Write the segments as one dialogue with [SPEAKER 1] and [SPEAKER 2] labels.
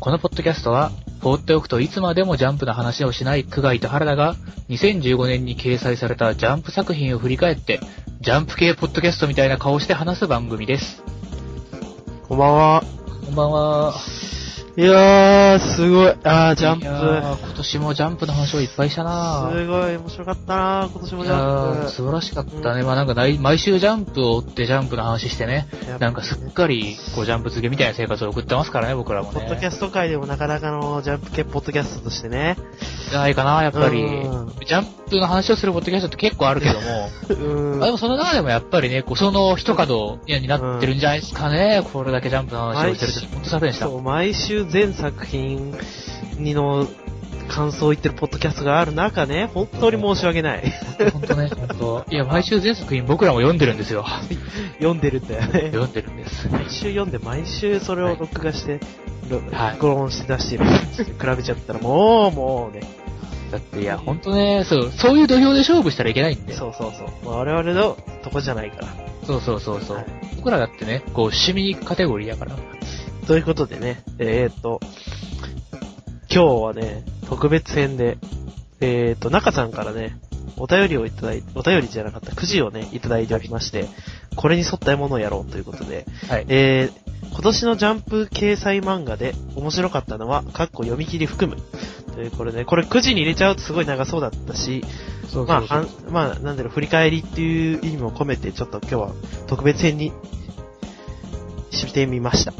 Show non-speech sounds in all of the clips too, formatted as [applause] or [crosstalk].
[SPEAKER 1] このポッドキャストは、放っておくといつまでもジャンプの話をしない久我井と原田が、2015年に掲載されたジャンプ作品を振り返って、ジャンプ系ポッドキャストみたいな顔して話す番組です。
[SPEAKER 2] こんばんは。
[SPEAKER 1] こんばんは。
[SPEAKER 2] いやー、すごい。あー、ジャン
[SPEAKER 1] いやー今年もジャンプの話をいっぱいしたな
[SPEAKER 2] プ。すごい、面白かったなー、今年も
[SPEAKER 1] い
[SPEAKER 2] ジ
[SPEAKER 1] や
[SPEAKER 2] ャ
[SPEAKER 1] ー、
[SPEAKER 2] ン
[SPEAKER 1] 素晴らしかったね。まあなんかない、毎週ジャンプを追ってジャンプの話してね、
[SPEAKER 2] プ。やっぱりね
[SPEAKER 1] なんかすっかり、こうジャンプ漬けみたいな生活を送ってますからね、僕らも
[SPEAKER 2] ポッドキ
[SPEAKER 1] ね
[SPEAKER 2] ャ。スト界でもなかなかのジャンプ系ポッドキャストとしてね。
[SPEAKER 1] じゃないかな、やっぱり。
[SPEAKER 2] うん
[SPEAKER 1] ジャンプの話をするポッドキャストって結構あるけども、
[SPEAKER 2] うーん。
[SPEAKER 1] あでもその中でもやっぱりね、こうその一角になってるんじゃないですかね、これだけジャンプの話をしてると、本当でした
[SPEAKER 2] そ。う、毎週全作品にの感想を言ってるポッドキャストがある中ね、本当に申し訳ない。 [laughs]
[SPEAKER 1] 本当ね、本当。いや、毎週全作品僕らも読んでるんですよ。
[SPEAKER 2] 読んでるんだよね。
[SPEAKER 1] 読んでるんです。
[SPEAKER 2] 毎週読んで、毎週それを録画して、ろ
[SPEAKER 1] はい
[SPEAKER 2] 録音して出してる。 [laughs] 比べちゃったら、もう、もうね。
[SPEAKER 1] だって、いや、本当ね、そう、そういう土俵で勝負したらいけないんで。
[SPEAKER 2] そうそうそう。まあ我々のとこじゃないから。
[SPEAKER 1] そうそうそうそう、
[SPEAKER 2] はい
[SPEAKER 1] 僕らだってね、こう、趣味カテゴリーだから。
[SPEAKER 2] ということでね、えー、っと、今日はね、特別編で、えー、っと、中さんからね、お便りをいただいお便りじゃなかった、くじをね、いただいておりまして、これに沿ったものをやろうということで、
[SPEAKER 1] はい。
[SPEAKER 2] えー、今年のジャンプ掲載漫画で面白かったのは、かっこ読み切り含む。というこれね、これくじに入れちゃうとすごい長そうだったし、
[SPEAKER 1] そうそうそう。
[SPEAKER 2] まあ、はんまあ、なんだろう、振り返りっていう意味も込めて、ちょっと今日は特別編にしてみました。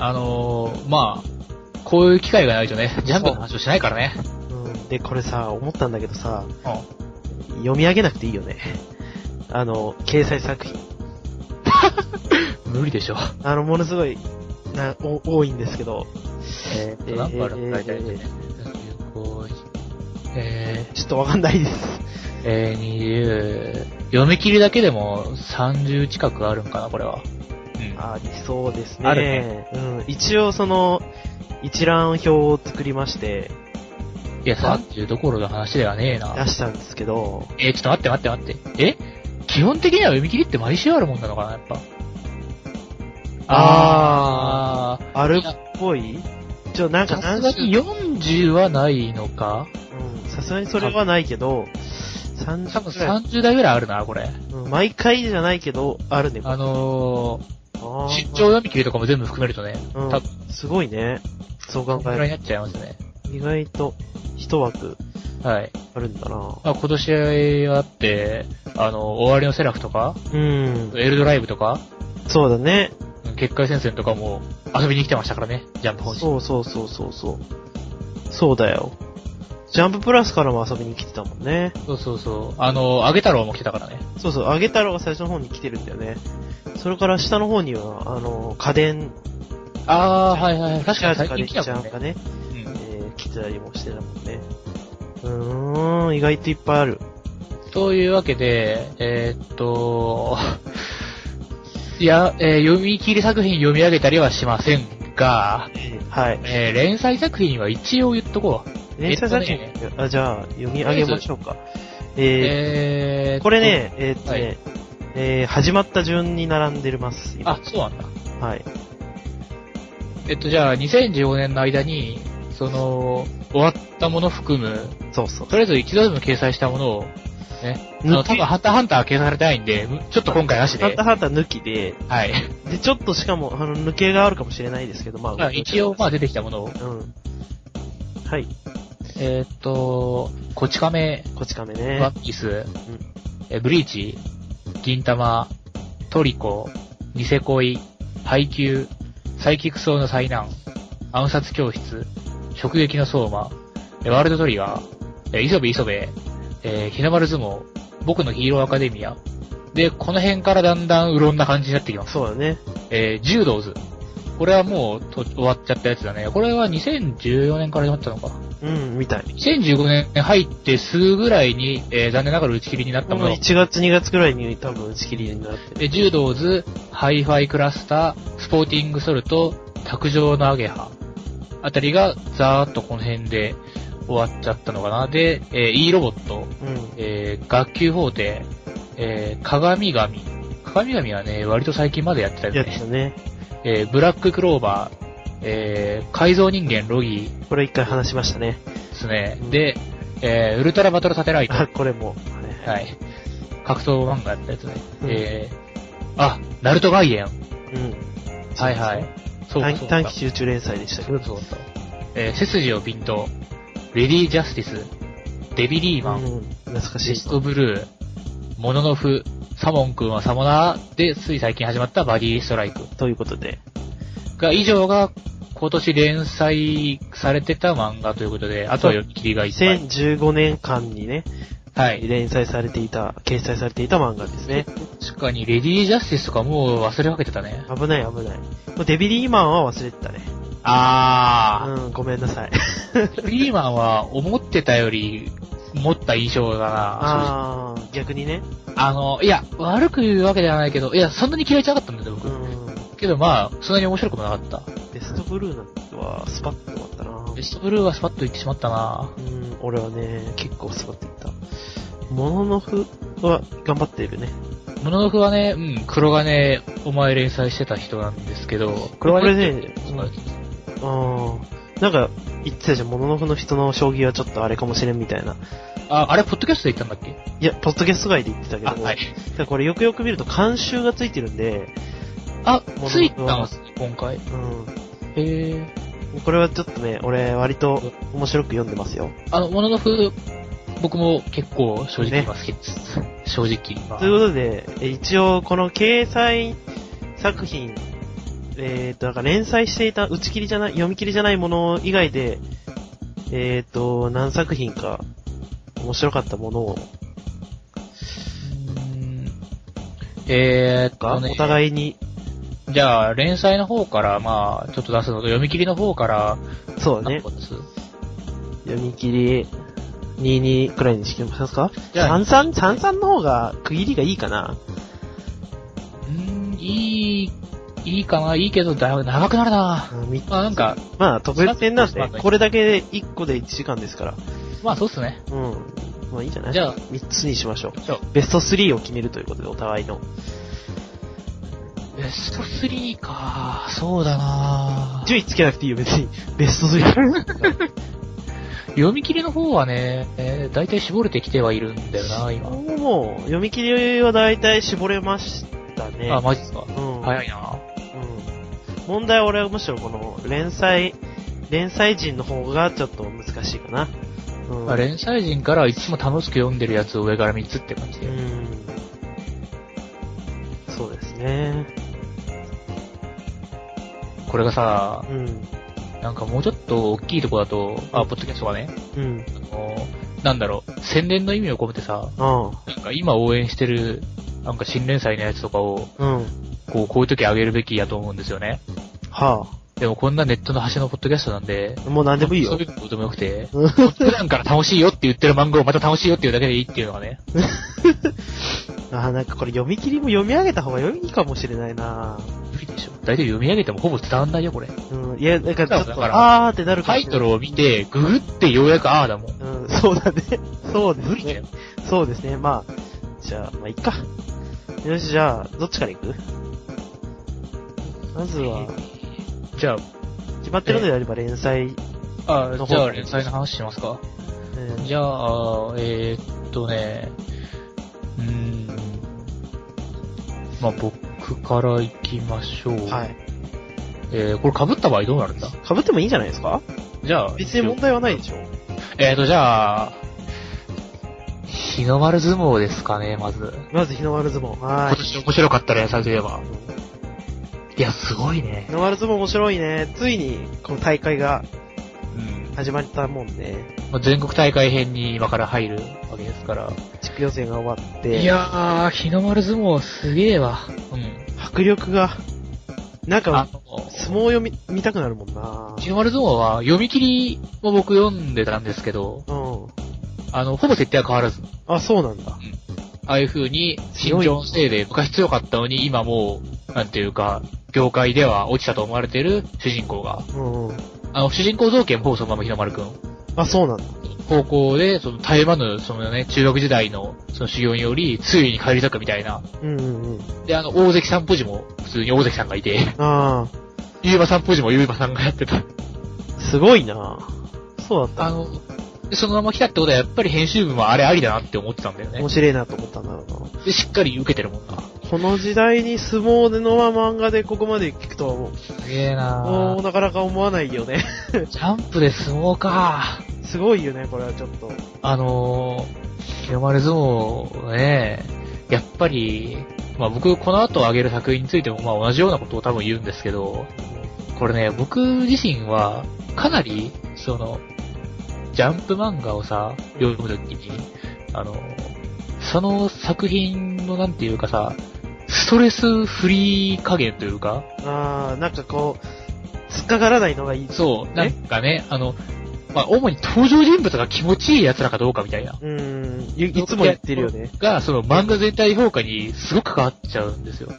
[SPEAKER 1] あのー、まあ、こういう機会がないとね、ジャンプの話をしないからね。
[SPEAKER 2] うん、で、これさ、思ったんだけどさ、
[SPEAKER 1] うん
[SPEAKER 2] 読み上げなくていいよね。 [laughs] あの、掲載作品。
[SPEAKER 1] 無理でしょ。
[SPEAKER 2] あの、ものすごい、な、お多いんですけど、
[SPEAKER 1] えーっと、 [laughs] 何個あるんだ、大体ね。え
[SPEAKER 2] ちょっとわかんないです。
[SPEAKER 1] ー、えー、20、読み切りだけでも30近くあるんかな、これは。うん。
[SPEAKER 2] ありそうですね。
[SPEAKER 1] あるね
[SPEAKER 2] うん、一応その、一覧表を作りまして、
[SPEAKER 1] いや、30どころの話ではねえな
[SPEAKER 2] 出。したんですけど、
[SPEAKER 1] えー、ちょっと待って待って待って。え基本的には読み切りって毎週あるもんなのかな、やっぱ。あ
[SPEAKER 2] あ
[SPEAKER 1] ー。
[SPEAKER 2] ある
[SPEAKER 1] いや
[SPEAKER 2] っぽいちょ、なんか
[SPEAKER 1] さす
[SPEAKER 2] 何
[SPEAKER 1] が
[SPEAKER 2] 種
[SPEAKER 1] に40はないのか
[SPEAKER 2] うんさすがにそれはないけど、
[SPEAKER 1] 多分
[SPEAKER 2] 30くらい、
[SPEAKER 1] 30代ぐらいあるな、これ。
[SPEAKER 2] うん毎回じゃないけど、あるね。
[SPEAKER 1] あの
[SPEAKER 2] あ
[SPEAKER 1] ー、
[SPEAKER 2] ー
[SPEAKER 1] 出張読み切りとかも全部含めるとね、
[SPEAKER 2] うん
[SPEAKER 1] 多分
[SPEAKER 2] すごいね。そう考
[SPEAKER 1] この
[SPEAKER 2] え
[SPEAKER 1] ぐらい
[SPEAKER 2] る
[SPEAKER 1] になっちゃいますね。
[SPEAKER 2] と。意外と、一枠
[SPEAKER 1] はい。
[SPEAKER 2] あるんだな
[SPEAKER 1] まあ、今年はあって、あの、終わりのセラフとか、
[SPEAKER 2] うん。
[SPEAKER 1] エルドライブとか、
[SPEAKER 2] そうだね。
[SPEAKER 1] 結界戦線とかも遊びに来てましたからね、ジャンプ本社。
[SPEAKER 2] そうそうそうそうそう。そうだよ。ジャンププラスからも遊びに来てたもんね。
[SPEAKER 1] そうそうそう。あの、あげ太郎も来てたからね。
[SPEAKER 2] そうそう、あげ太郎が最初の方に来てるんだよね。それから下の方には、あの、家電、
[SPEAKER 1] あー、はいはいはい。確かに
[SPEAKER 2] シャ
[SPEAKER 1] 最
[SPEAKER 2] ー
[SPEAKER 1] 近
[SPEAKER 2] ジ
[SPEAKER 1] 来
[SPEAKER 2] かで
[SPEAKER 1] た
[SPEAKER 2] ちゃ
[SPEAKER 1] も
[SPEAKER 2] うん
[SPEAKER 1] ね
[SPEAKER 2] か。ね、
[SPEAKER 1] う
[SPEAKER 2] え
[SPEAKER 1] ん。
[SPEAKER 2] ー、来てたりもしてたもんね。うーん、意外といっぱいある。
[SPEAKER 1] というわけで、えーっと、 [laughs] いや、えー読み切り作品読み上げたりはしませんが、
[SPEAKER 2] はい。
[SPEAKER 1] えー連載作品は一応言っとこう。
[SPEAKER 2] 連載作品、
[SPEAKER 1] えっ
[SPEAKER 2] あ、じゃあ、読み上げましょうか。
[SPEAKER 1] えーっ
[SPEAKER 2] えー、
[SPEAKER 1] と
[SPEAKER 2] これ。ね、えーっとね、
[SPEAKER 1] はい
[SPEAKER 2] えー、始まった順に並んでます、今。
[SPEAKER 1] あ、そうなんだ。
[SPEAKER 2] はい。
[SPEAKER 1] えっと、じゃあ、2015年の間に、その、終わったもの含む、
[SPEAKER 2] そうそう。
[SPEAKER 1] とりあえず一度でも掲載したものを、あの、多分、ハンターハンターは掲載されてないんで、むちょっと今回なし
[SPEAKER 2] ハン
[SPEAKER 1] で
[SPEAKER 2] ター。ハンター抜きで、
[SPEAKER 1] はい。
[SPEAKER 2] で、ちょっとしかも、あの、抜けがあるかもしれないですけど、まあ、
[SPEAKER 1] まあ一応、まあ出てきたものを。
[SPEAKER 2] うん。はい。
[SPEAKER 1] えーっと、こち亀、
[SPEAKER 2] こち亀ね。
[SPEAKER 1] ワンピース、えブリーチ、銀玉、トリコ、ニセ恋、配給、サイキクソウの災難、暗殺教室、直撃の相馬、えワールドトリガー、え磯部磯部、えー日の丸相撲、僕のヒーローアカデミア。で、この辺からだんだんうろんな感じになってきます。
[SPEAKER 2] そうだね。
[SPEAKER 1] えー、柔道図。これはもうと終わっちゃったやつだね。これは2014年から始まったのか。
[SPEAKER 2] うん、みたい。
[SPEAKER 1] 2015年入ってすぐぐらいに、えー残念ながら打ち切りになった
[SPEAKER 2] こ
[SPEAKER 1] もの
[SPEAKER 2] の
[SPEAKER 1] が
[SPEAKER 2] 1月、2月くらいに多分打ち切りになってる。
[SPEAKER 1] で、柔道図、ハイファイクラスター、スポーティングソルト、卓上のアゲハあたりがざーっとこの辺で終わっちゃったのかな。で、えー E ロボット、
[SPEAKER 2] うん。
[SPEAKER 1] えー学級法廷、えー鏡神。鏡神はね、割と最近までやってたよ
[SPEAKER 2] やって
[SPEAKER 1] ね。
[SPEAKER 2] たね。
[SPEAKER 1] えーブラッククローバー、えー、改造人間ロギ
[SPEAKER 2] これ一回話しましたね。
[SPEAKER 1] ーですね。で、えー、ウルトラバトルサテライト。
[SPEAKER 2] あ、これも。はい
[SPEAKER 1] はい。格闘漫画やったやつね。
[SPEAKER 2] うん
[SPEAKER 1] えー、あ、ナルトガイエン。
[SPEAKER 2] うん。
[SPEAKER 1] はいはい。そうか
[SPEAKER 2] 短
[SPEAKER 1] そう
[SPEAKER 2] 期
[SPEAKER 1] か
[SPEAKER 2] 短期集中連載でしたけ
[SPEAKER 1] そう
[SPEAKER 2] ど
[SPEAKER 1] だ。そうだ。えー背筋をピント、レディー・ジャスティス、デビリーマン、
[SPEAKER 2] うん。懐かし
[SPEAKER 1] シ
[SPEAKER 2] い。
[SPEAKER 1] スコ・ブルー、モノノフ、サモン君はサモナーで、つい最近始まったバディ・ストライク
[SPEAKER 2] ということで。
[SPEAKER 1] が、以上が今年連載されてた漫画ということで、あとは読み切りがいっぱい。
[SPEAKER 2] 2015年間にね、
[SPEAKER 1] はい。
[SPEAKER 2] 連載されていた、掲載されていた漫画ですね。
[SPEAKER 1] 確かに、レディー・ジャスティスとかもう忘れかけてたね。
[SPEAKER 2] 危ない危ない。もうデビリーマンは忘れてたね。
[SPEAKER 1] あ
[SPEAKER 2] うん、ごめんなさい。
[SPEAKER 1] ー。デビリーマンは思ってたより、持った印象だな。
[SPEAKER 2] あー、逆にね。
[SPEAKER 1] あの、いや、悪く言うわけではないけど、いや、そんなに嫌いじゃなかったんだよ、僕。
[SPEAKER 2] うん。
[SPEAKER 1] けどまあ、そんなに面白くもなかった。
[SPEAKER 2] ベストブルーなんては、スパッと終わったな
[SPEAKER 1] ベストブルーはスパッと行ってしまったな
[SPEAKER 2] うん、俺はね、結構スパッといった。モノノフは頑張っているね。
[SPEAKER 1] モノノフはね、うん、黒金、お前連載してた人なんですけど、
[SPEAKER 2] 黒金ね
[SPEAKER 1] ってそう
[SPEAKER 2] うんあー、なんか、言ってたじゃん、モノノフの人の将棋はちょっとあれかもしれんみたいな。
[SPEAKER 1] あ、あれ、ポッドキャストで言ったんだっけ
[SPEAKER 2] いや、ポッドキャスト外で言ってたけど
[SPEAKER 1] あ、
[SPEAKER 2] も、
[SPEAKER 1] はい。
[SPEAKER 2] だからこれよくよく見ると監修がついてるんで、
[SPEAKER 1] あ
[SPEAKER 2] ノノフ、は
[SPEAKER 1] ついたんすね、今回。へ
[SPEAKER 2] うん、
[SPEAKER 1] え。
[SPEAKER 2] これはちょっとね、俺割と面白く読んでますよ。
[SPEAKER 1] あの、モノノフ、僕も結構正直今好きです。正直今。
[SPEAKER 2] ということで、え一応この掲載作品、えっ、と、なんか連載していた打ち切りじゃない、読み切りじゃないもの以外で、えっ、と、何作品か面白かったものを、
[SPEAKER 1] うんえーっ
[SPEAKER 2] が
[SPEAKER 1] とね
[SPEAKER 2] お、互いに、
[SPEAKER 1] じゃあ、連載の方から、まあ、ちょっと出すのと、読み切りの方から、
[SPEAKER 2] そうだ
[SPEAKER 1] 何
[SPEAKER 2] ね、
[SPEAKER 1] 個です
[SPEAKER 2] 読み切り22くらいにしてますか
[SPEAKER 1] じゃあ、う
[SPEAKER 2] ?33、33の方が区切りがいいかな。
[SPEAKER 1] ーん、いい、いいかな、いいけど、だ長くなるな
[SPEAKER 2] うんみ
[SPEAKER 1] まあなんか、
[SPEAKER 2] まあ、特別編なん
[SPEAKER 1] ま
[SPEAKER 2] で
[SPEAKER 1] あ、
[SPEAKER 2] これだけで1個で1時間ですから。
[SPEAKER 1] まあそうっすね。
[SPEAKER 2] うん。まあいいんじゃない
[SPEAKER 1] じゃあ、
[SPEAKER 2] 3つにしましょう。
[SPEAKER 1] じゃあ、
[SPEAKER 2] ベスト3を決めるということで、お互いの。
[SPEAKER 1] ベスト3かそうだな
[SPEAKER 2] 順位つけなくていいよ、別に。ベスト3。
[SPEAKER 1] 読み切りの方はね、えー、大体絞れてきてはいるんだよな今。
[SPEAKER 2] もう、読み切りは大体絞れましたね。
[SPEAKER 1] あ、マジっすか。
[SPEAKER 2] うん。
[SPEAKER 1] 早いな
[SPEAKER 2] うん。問題は俺はむしろこの、連載、連載人の方がちょっと難しいかな。うん。
[SPEAKER 1] まあ連載人からいつも楽しく読んでるやつを上から3つって感じ
[SPEAKER 2] う
[SPEAKER 1] で。
[SPEAKER 2] ん。そうですね。
[SPEAKER 1] これがさ、
[SPEAKER 2] うん。
[SPEAKER 1] なんかもうちょっと大きいとこだと、あ、ポッドキャストがね、
[SPEAKER 2] うん。
[SPEAKER 1] あのーなんだろう、宣伝の意味を込めてさ、
[SPEAKER 2] あ
[SPEAKER 1] なんか今応援してる、なんか新連載のやつとかを、
[SPEAKER 2] あ。うん。
[SPEAKER 1] こう、こういう時あげるべきやと思うんですよね。
[SPEAKER 2] は
[SPEAKER 1] でもこんなネットの端のポッドキャストなんで、
[SPEAKER 2] あ。もう何でもいい
[SPEAKER 1] そうい。
[SPEAKER 2] よ
[SPEAKER 1] うことでもよくて、
[SPEAKER 2] うん
[SPEAKER 1] 普段から楽しいよって言ってる漫画をまた楽しいよっていうだけでいいっていうのがね。
[SPEAKER 2] ああ、なんかこれ読み切りも読み上げた方が良いかもしれないな
[SPEAKER 1] 無理でしょ。大体読み上げてもほぼ伝わんないよ、これ。
[SPEAKER 2] うん。いや、なんかちょっ
[SPEAKER 1] だ
[SPEAKER 2] と、
[SPEAKER 1] から
[SPEAKER 2] あーってなるか
[SPEAKER 1] タ
[SPEAKER 2] も
[SPEAKER 1] イ
[SPEAKER 2] しれ
[SPEAKER 1] ト
[SPEAKER 2] ない。
[SPEAKER 1] ルを見て、ググってようやくああだもん。
[SPEAKER 2] うん、そうだね。そうで
[SPEAKER 1] 無理
[SPEAKER 2] す
[SPEAKER 1] だよ
[SPEAKER 2] ね。。そうですね。まあ、じゃあ、まあ、いっか。よし、じゃあ、どっちから行くまずは、
[SPEAKER 1] じゃ
[SPEAKER 2] 決まってるのであれば連載。
[SPEAKER 1] あ、
[SPEAKER 2] の
[SPEAKER 1] あ
[SPEAKER 2] 方
[SPEAKER 1] じゃあ連載の話しますか。
[SPEAKER 2] うん
[SPEAKER 1] じゃあ、えー、っとね、うーん、まあ僕から行きましょう。
[SPEAKER 2] はい。
[SPEAKER 1] えー、これ被った場合どうなるんだ
[SPEAKER 2] 被ってもいいんじゃないですか
[SPEAKER 1] じゃあ、
[SPEAKER 2] 別に問題はないでしょ。
[SPEAKER 1] えーと、じゃあ、日の丸相撲ですかね、まず。
[SPEAKER 2] まず日の丸相撲。
[SPEAKER 1] 今
[SPEAKER 2] はーい。
[SPEAKER 1] 年面白かった連載といえば。いや、すごいね
[SPEAKER 2] 日。の丸相撲面白いね。ついに、この大会が
[SPEAKER 1] うん。
[SPEAKER 2] 始まったもんね。
[SPEAKER 1] まあ全国大会編に今から入るわけですから。
[SPEAKER 2] 地区予選が終わって。
[SPEAKER 1] いやー、日の丸相撲すげえわ。うん。
[SPEAKER 2] 迫力が、なん
[SPEAKER 1] あ
[SPEAKER 2] か、
[SPEAKER 1] の、
[SPEAKER 2] 相撲を見見たくなるもんな
[SPEAKER 1] 日の丸相撲は読み切りも僕読んでたんですけど、
[SPEAKER 2] うん。
[SPEAKER 1] あの、ほぼ設定は変わらず。
[SPEAKER 2] あ、そうなんだ。
[SPEAKER 1] ああいう風に、身長のせいで昔強かったのに今もう、なんていうか、業界では落ちたと思われてる主人公が、
[SPEAKER 2] うん。
[SPEAKER 1] あの、主人公造形もほぼそのまま日の丸くん。
[SPEAKER 2] あ、そうなんだ。
[SPEAKER 1] 高校で、その、絶え間ぬ、そのね、中学時代の、その修行により、ついに帰り咲くみたいな。
[SPEAKER 2] うんうんうん。
[SPEAKER 1] で、あの、大関さんポジも、普通に大関さんがいて、
[SPEAKER 2] ああ。
[SPEAKER 1] ゆうばさんポジもゆうばさんがやってた。
[SPEAKER 2] すごいなそうだった。
[SPEAKER 1] あの、そのまま来たってことはやっぱり編集部もあれありだなって思ってたんだよね
[SPEAKER 2] 面。白いなと思ったんだろうな。
[SPEAKER 1] で、しっかり受けてるもんな。
[SPEAKER 2] この時代に相撲のまま漫画でここまで聞くとはもう、
[SPEAKER 1] すげえ
[SPEAKER 2] も
[SPEAKER 1] な
[SPEAKER 2] うなかなか思わないよね。 [laughs]
[SPEAKER 1] ジャンプで相撲か
[SPEAKER 2] すごいよね、これはちょっと。
[SPEAKER 1] あのー、日の丸相撲ね、やっぱり、まあ僕、この後挙げる作品についても、まあ同じようなことを多分言うんですけど、これね、僕自身は、かなり、その、ジャンプ漫画をさ、読むときに、あの、その作品のなんていうかさ、ストレスフリー加減というか、
[SPEAKER 2] あー、なんかこう、突っかからないのがいい。
[SPEAKER 1] そう、なんかね、あの、まあ主に登場人物が気持ちいい奴らかどうかみたいな。
[SPEAKER 2] うーん、いいつも言ってるよね。
[SPEAKER 1] が、その漫画全体評価にすごく関わっちゃうんですよ。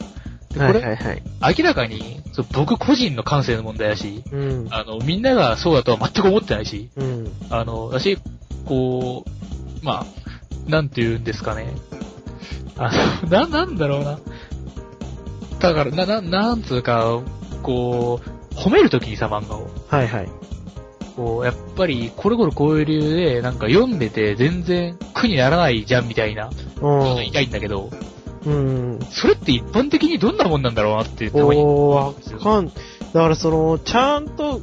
[SPEAKER 1] でこれ、
[SPEAKER 2] いはい。
[SPEAKER 1] 明らかに、そう僕個人の感性の問題だし、
[SPEAKER 2] うん。
[SPEAKER 1] あの、みんながそうだとは全く思ってないし、
[SPEAKER 2] うん。
[SPEAKER 1] あの、私、こう、まあ、なんて言うんですかね。あの、 [laughs] な、なんだろうな。だから、な、な、なんつうか、こう、褒めるときにさ、漫画を。
[SPEAKER 2] はいはい。
[SPEAKER 1] こう、やっぱり、これこれこういう理由で、なんか読んでて全然苦にならないじゃんみたいな、こと言いたいんだけど、
[SPEAKER 2] うん。
[SPEAKER 1] それって一般的にどんなもんなんだろうなって、たまに。
[SPEAKER 2] おー、わかん。だからその、ちゃんと、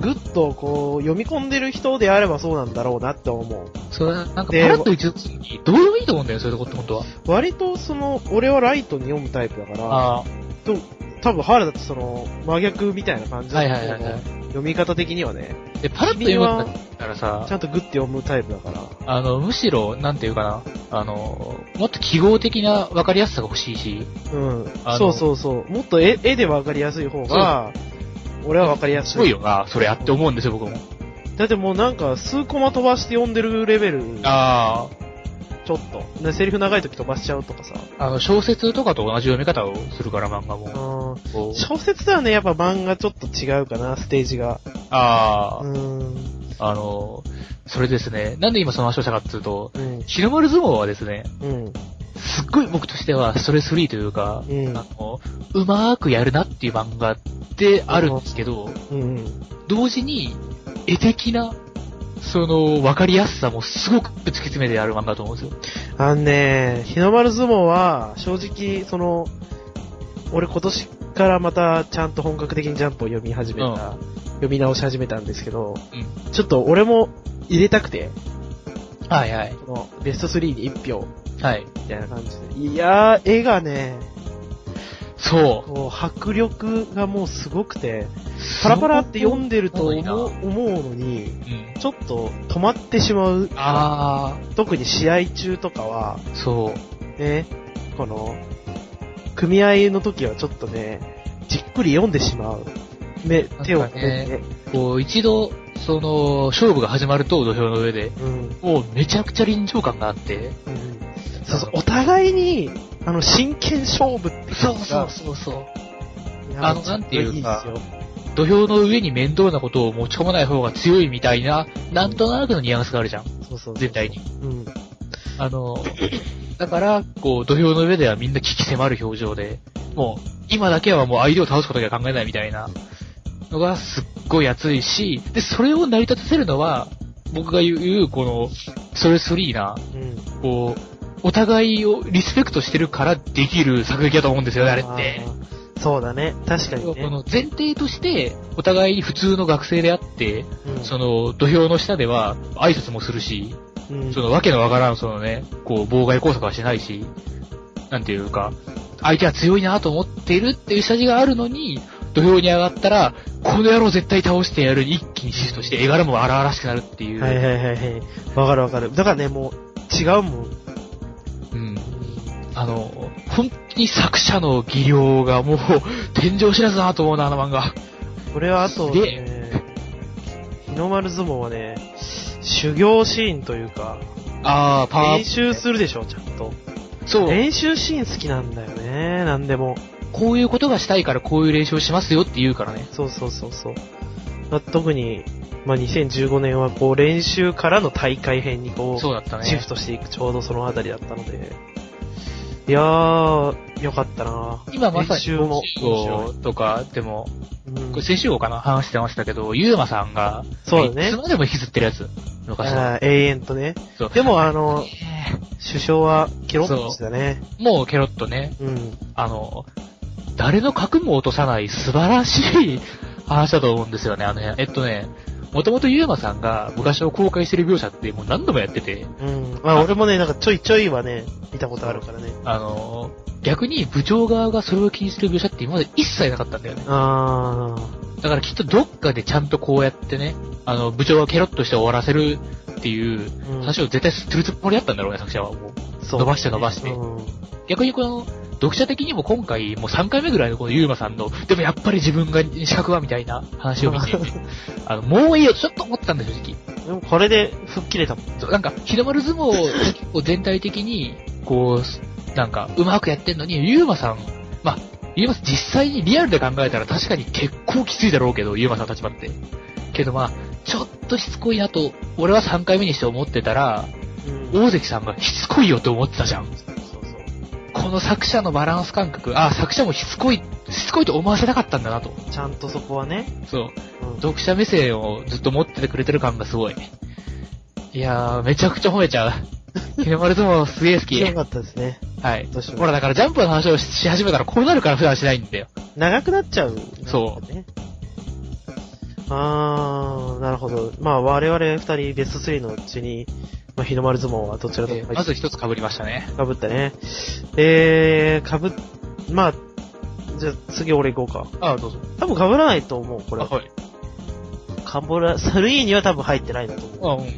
[SPEAKER 2] ぐっとこう、読み込んでる人であればそうなんだろうなって思う。
[SPEAKER 1] それなんかパ
[SPEAKER 2] で
[SPEAKER 1] ラッと一度つに、どうでもいいと思うんだよ、そういうとこって本当は。
[SPEAKER 2] 割とその、俺はライトに読むタイプだから、
[SPEAKER 1] あ
[SPEAKER 2] 多分原田ってその、真逆みたいな感じ
[SPEAKER 1] あ、は
[SPEAKER 2] だ
[SPEAKER 1] い
[SPEAKER 2] と
[SPEAKER 1] はい
[SPEAKER 2] 思う
[SPEAKER 1] はいはい。
[SPEAKER 2] 読み方的にはね、
[SPEAKER 1] で、パラッと読むんだったら
[SPEAKER 2] ちゃ
[SPEAKER 1] さ、
[SPEAKER 2] んとグッて読むタイプだから。
[SPEAKER 1] あの、むしろ、なんていうかな、あの、もっと記号的な分かりやすさが欲しいし、
[SPEAKER 2] うん
[SPEAKER 1] あの。
[SPEAKER 2] そうそうそう。もっと絵絵でわかりやすい方が、俺はわかりやすい。
[SPEAKER 1] すごいよな、それやって思うんですよ、僕も。
[SPEAKER 2] だってもうなんか、数コマ飛ばして読んでるレベル、
[SPEAKER 1] あ
[SPEAKER 2] ちょっと。でセリフ長い時飛ばしちゃうとかさ。
[SPEAKER 1] あ、あの、小説とかと同じ読み方をするから、漫画も。
[SPEAKER 2] うん
[SPEAKER 1] こう
[SPEAKER 2] 小説とはね、やっぱ漫画ちょっと違うかな、ステージが。
[SPEAKER 1] あ
[SPEAKER 2] うーん。
[SPEAKER 1] あ、あの、それですね、なんで今その話をしたかっていうと、
[SPEAKER 2] うん。
[SPEAKER 1] 日の丸相撲はですね、
[SPEAKER 2] うん。
[SPEAKER 1] すっごい僕としてはストレスフリーというか、
[SPEAKER 2] うん
[SPEAKER 1] あの、うまーくやるなっていう漫画ってあるんですけど、
[SPEAKER 2] うん。
[SPEAKER 1] 同時に、絵的な、その、わかりやすさもすごく突き詰めてある漫画だと思うんですよ。
[SPEAKER 2] あのね、日の丸相撲は、正直、その、俺今年からまたちゃんと本格的にジャンプを読み始めた、
[SPEAKER 1] うん
[SPEAKER 2] 読み直し始めたんですけど、
[SPEAKER 1] う
[SPEAKER 2] ちょっと俺も入れたくて、
[SPEAKER 1] はいはい。
[SPEAKER 2] このベスト3に1票、
[SPEAKER 1] はい。
[SPEAKER 2] みたいな感じで。いやー、絵がね、
[SPEAKER 1] そ
[SPEAKER 2] こう、迫力がもうすごくて、
[SPEAKER 1] う。
[SPEAKER 2] パラパラって読んでると
[SPEAKER 1] す
[SPEAKER 2] 思
[SPEAKER 1] ご
[SPEAKER 2] う
[SPEAKER 1] いな
[SPEAKER 2] 思うのに、
[SPEAKER 1] うん。
[SPEAKER 2] ちょっと止まってしまう。
[SPEAKER 1] あ
[SPEAKER 2] 特に試合中とかは、
[SPEAKER 1] ー、そう。
[SPEAKER 2] ね、この、組合の時はちょっとね、じっくり読んでしまう。目、手を
[SPEAKER 1] なん
[SPEAKER 2] 込
[SPEAKER 1] かね
[SPEAKER 2] めて。
[SPEAKER 1] こう、一度、その、勝負が始まると土俵の上で、
[SPEAKER 2] うん。
[SPEAKER 1] もうめちゃくちゃ臨場感があって、
[SPEAKER 2] うんそうそう、お互いに、あの、真剣勝負って
[SPEAKER 1] そ
[SPEAKER 2] 感
[SPEAKER 1] う
[SPEAKER 2] じ
[SPEAKER 1] そう
[SPEAKER 2] が、
[SPEAKER 1] そうそう。
[SPEAKER 2] いや
[SPEAKER 1] あのなんていうか
[SPEAKER 2] ちょっといいですよ
[SPEAKER 1] 土俵の上に面倒なことを持ち込まない方が強いみたいな、なんとなくのニュアンスがあるじゃん。
[SPEAKER 2] そうそうそう
[SPEAKER 1] 絶対に。
[SPEAKER 2] うん。
[SPEAKER 1] あの、
[SPEAKER 2] [laughs]
[SPEAKER 1] だから、こう、土俵の上ではみんな危機迫る表情で、もう、今だけはもう相手を倒すことしか考えないみたいなのがすっごい熱いし、で、それを成り立たせるのは、僕が言う言う、この、それスリーな、
[SPEAKER 2] うん。
[SPEAKER 1] こう、お互いをリスペクトしてるからできる作劇だと思うんですよね、あれって。
[SPEAKER 2] あー。そうだね。確かに
[SPEAKER 1] こ
[SPEAKER 2] ね。
[SPEAKER 1] の前提として、お互いに普通の学生であって、
[SPEAKER 2] うん
[SPEAKER 1] その、土俵の下では挨拶もするし、
[SPEAKER 2] うん
[SPEAKER 1] そのわけのわからん、そのね、こう、妨害工作はしないし、なんていうか、相手は強いなと思っているっていう下地があるのに、土俵に上がったら、この野郎絶対倒してやるに一気にシフトして、絵柄も荒々しくなるっていう。
[SPEAKER 2] はいはいはいはい。わかるわかる。だからね、もう、違うもん。
[SPEAKER 1] うん。あの、本当に作者の技量がもう、天井知らずだなと思うな、あの漫画。
[SPEAKER 2] 俺はあと、
[SPEAKER 1] すげ
[SPEAKER 2] ね、日の丸相撲はね、修行シーンというか、
[SPEAKER 1] ああ、パワーアップ
[SPEAKER 2] 練習するでしょ、ちゃんと。
[SPEAKER 1] そう。
[SPEAKER 2] 練習シーン好きなんだよね、なんでも。
[SPEAKER 1] こういうことがしたいからこういう練習をしますよって言うからね。
[SPEAKER 2] そうそうそうそう。まあ、特に、まあ、2015年はこう、練習からの大会編にこう、
[SPEAKER 1] そうだったね。
[SPEAKER 2] シフトしていくちょうどそのあたりだったので、いやー、よかったな
[SPEAKER 1] 今まさに
[SPEAKER 2] 練習も
[SPEAKER 1] 先週号とかでも、
[SPEAKER 2] うん
[SPEAKER 1] これ先週号かな話してましたけど、ゆうまさんが、
[SPEAKER 2] そうだね
[SPEAKER 1] いつまでも引きずってるやつ。昔の。
[SPEAKER 2] あー永遠とね。
[SPEAKER 1] そう
[SPEAKER 2] でも、あの、
[SPEAKER 1] ね
[SPEAKER 2] 首相はケロッとしたね。
[SPEAKER 1] えもうケロッとね、
[SPEAKER 2] うん。
[SPEAKER 1] あの、誰の核も落とさない素晴らしい話だと思うんですよね、あの辺。えっとね、もともとゆうまさんが昔を公開してる描写ってもう何度もやってて、
[SPEAKER 2] うん。まあ俺もね、なんかちょいちょいはね、見たことあるからね。
[SPEAKER 1] あの、逆に部長側がそれを気にする描写って今まで一切なかったんだよね。
[SPEAKER 2] あ
[SPEAKER 1] だからきっとどっかでちゃんとこうやってね、あの、部長がケロッとして終わらせるっていう
[SPEAKER 2] ー。うん
[SPEAKER 1] 話を絶対するつもりだったんだろうね、作者は。もう
[SPEAKER 2] そう
[SPEAKER 1] 伸ばして伸ばして
[SPEAKER 2] うん
[SPEAKER 1] 逆にこの、読者的にも今回、もう3回目ぐらいのこのユーマさんの、でもやっぱり自分が資格はみたいな話を見て、あの、もういいよ、ちょっと思ったんだよ、正直。
[SPEAKER 2] でもこれで吹っ切れたもん。
[SPEAKER 1] そうなんか、日の丸相撲を結構全体的に、こう、なんか、うまくやってんのに、ユーマさん、まあ、ユーマさん、実際にリアルで考えたら確かに結構きついだろうけど、ユーマさんの立場って。けどまあ、ちょっとしつこいなと、俺は3回目にして思ってたら、
[SPEAKER 2] うん
[SPEAKER 1] 大関さんがしつこいよと思ってたじゃん。
[SPEAKER 2] そうそう。
[SPEAKER 1] この作者のバランス感覚、あ、作者もしつこい、しつこいと思わせたかったんだなと。
[SPEAKER 2] ちゃんとそこはね。
[SPEAKER 1] そう。
[SPEAKER 2] うん
[SPEAKER 1] 読者目線をずっと持っててくれてる感がすごい。いやー、めちゃくちゃ褒めちゃう。
[SPEAKER 2] [laughs]
[SPEAKER 1] 日の丸相撲すげえ好き。
[SPEAKER 2] よかったですね。
[SPEAKER 1] はい。
[SPEAKER 2] どうしよう
[SPEAKER 1] ほら、だからジャンプの話をしし始めたらこうなるから普段しないんだよ。
[SPEAKER 2] 長くなっちゃう、。
[SPEAKER 1] そう
[SPEAKER 2] ね。あー、なるほど。まあ、我々二人ベスト3のうちに、まあ、日の丸相撲はどちらと
[SPEAKER 1] えー
[SPEAKER 2] も
[SPEAKER 1] まず一つ被りましたね。
[SPEAKER 2] かぶったね。えー、かぶっ、まあ、じゃあ次俺行こうか。
[SPEAKER 1] あどうぞ。
[SPEAKER 2] 多分かぶらないと思う、こ
[SPEAKER 1] あ、
[SPEAKER 2] れは。
[SPEAKER 1] はい。
[SPEAKER 2] かぶら、サルイーニは多分入ってないんだと思う。
[SPEAKER 1] あ、うん。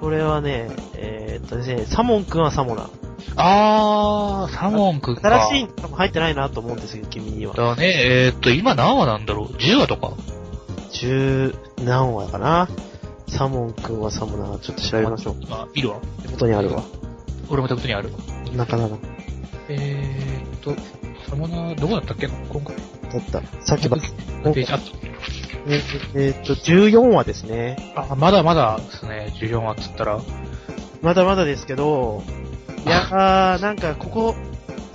[SPEAKER 2] これはね、えーっとですね、サモン君はサモナ。
[SPEAKER 1] あー、サモンくんか。
[SPEAKER 2] 新しいの多分入ってないなと思うんですけど、君には。
[SPEAKER 1] だね、えーっと、今何話なんだろう ?10 話とか
[SPEAKER 2] 十何話かな。サモン君はサモナ、ちょっと調べましょう。
[SPEAKER 1] 今、見るわ。
[SPEAKER 2] 手元にあるわ。
[SPEAKER 1] 俺も手元にある。
[SPEAKER 2] なかなか。
[SPEAKER 1] えーっと、サモナー、どこだったっけ今回。
[SPEAKER 2] だった。さっきば、
[SPEAKER 1] ペ [laughs] ージあっ
[SPEAKER 2] ええーっと、14話ですね。
[SPEAKER 1] た。あ、まだまだですね、14話っつったら。
[SPEAKER 2] まだまだですけど、いやー、なんかここ、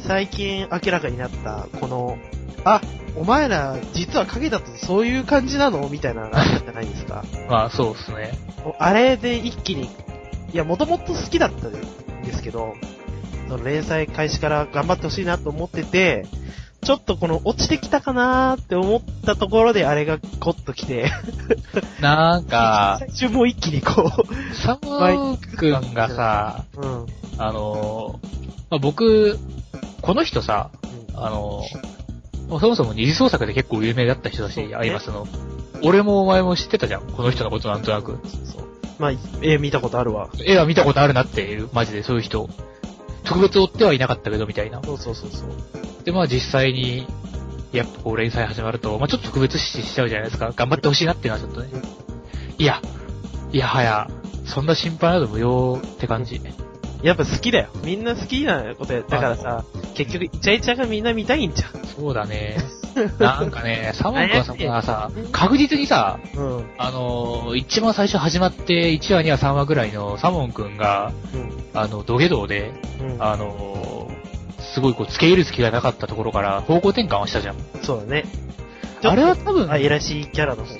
[SPEAKER 2] 最近明らかになった、この、あ、お前ら、実は影だとそういう感じなのみたいなのがあったじゃないです
[SPEAKER 1] [laughs]
[SPEAKER 2] か。
[SPEAKER 1] まあ、そうですね。
[SPEAKER 2] おあれで一気に、いや、もともと好きだったんですけど、その連載開始から頑張ってほしいなと思ってて、ちょっとこの落ちてきたかなーって思ったところであれがコッと来て、
[SPEAKER 1] なんか、
[SPEAKER 2] [laughs] 最終もう一気にこ
[SPEAKER 1] サモンくんがさ、
[SPEAKER 2] う、うん。
[SPEAKER 1] あのー、まあ、僕、この人さ、あのー、そもそも二次創作で結構有名だった人だ
[SPEAKER 2] そう
[SPEAKER 1] し、
[SPEAKER 2] ね
[SPEAKER 1] ありますの。俺もお前も知ってたじゃん、この人のことなんとなく。
[SPEAKER 2] そうそう。まあ、絵見たことあるわ。
[SPEAKER 1] 絵は見たことあるなっていう、マジでそういう人。特別追ってはいなかったけど、みたいな。
[SPEAKER 2] そうそうそうそう。
[SPEAKER 1] で、まあ実際に、やっぱこう連載始まると、まあちょっと特別視しちゃうじゃないですか。頑張ってほしいなっていうのはちょっとね
[SPEAKER 2] うん。
[SPEAKER 1] いや、いやはや、そんな心配など無用って感じ。
[SPEAKER 2] やっぱ好きだよ。みんな好きなことや。だからさ、結局、イチャイチャがみんな見たいんじゃ
[SPEAKER 1] そうだ
[SPEAKER 2] [laughs]
[SPEAKER 1] ね。なんかね、サモン君はさ、
[SPEAKER 2] 悩み
[SPEAKER 1] まあさ、確実にさ、
[SPEAKER 2] ん。うん。うん。
[SPEAKER 1] あのー一番最初始まって1話、2話、3話ぐらいのサモン君が、あの、土下座で、
[SPEAKER 2] うん。
[SPEAKER 1] あのーすごいこう、付け入る隙がなかったところから方向転換はしたじゃん。
[SPEAKER 2] そうだね。
[SPEAKER 1] あれは多分、
[SPEAKER 2] 愛らしいキャラの方。
[SPEAKER 1] そう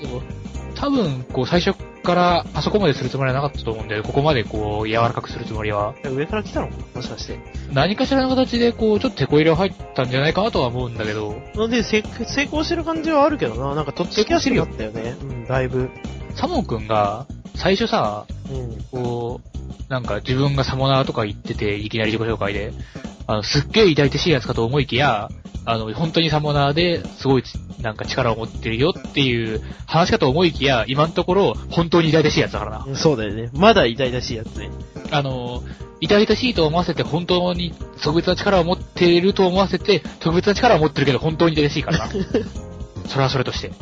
[SPEAKER 1] 多分、こう、最初からあそこまでするつもりはなかったと思うんで、ここまでこう、柔らかくするつもりは、
[SPEAKER 2] 上から来たのかなもしかして。
[SPEAKER 1] 何かしらの形でこう、ちょっと手こ入れは入ったんじゃないかなとは思うんだけど、
[SPEAKER 2] なんで、せ成功してる感じはあるけどな。なんか、とっつきやすくなったよね。うん、だいぶ。
[SPEAKER 1] サモン君が、最初さ、
[SPEAKER 2] うん。
[SPEAKER 1] こう、なんか自分がサモナーとか言ってて、いきなり自己紹介で、あの、すっげえ痛々しいやつかと思いきや、あの、本当にサモナーですごいつ、なんか力を持ってるよっていう話かと思いきや、今のところ、本当に痛々しいやつだからな。
[SPEAKER 2] そうだよね。まだ痛々しいやつね。
[SPEAKER 1] あの、痛々しいと思わせて本当に特別な力を持っていると思わせて、特別な力を持ってるけど本当に痛々しいからな。それはそれとして。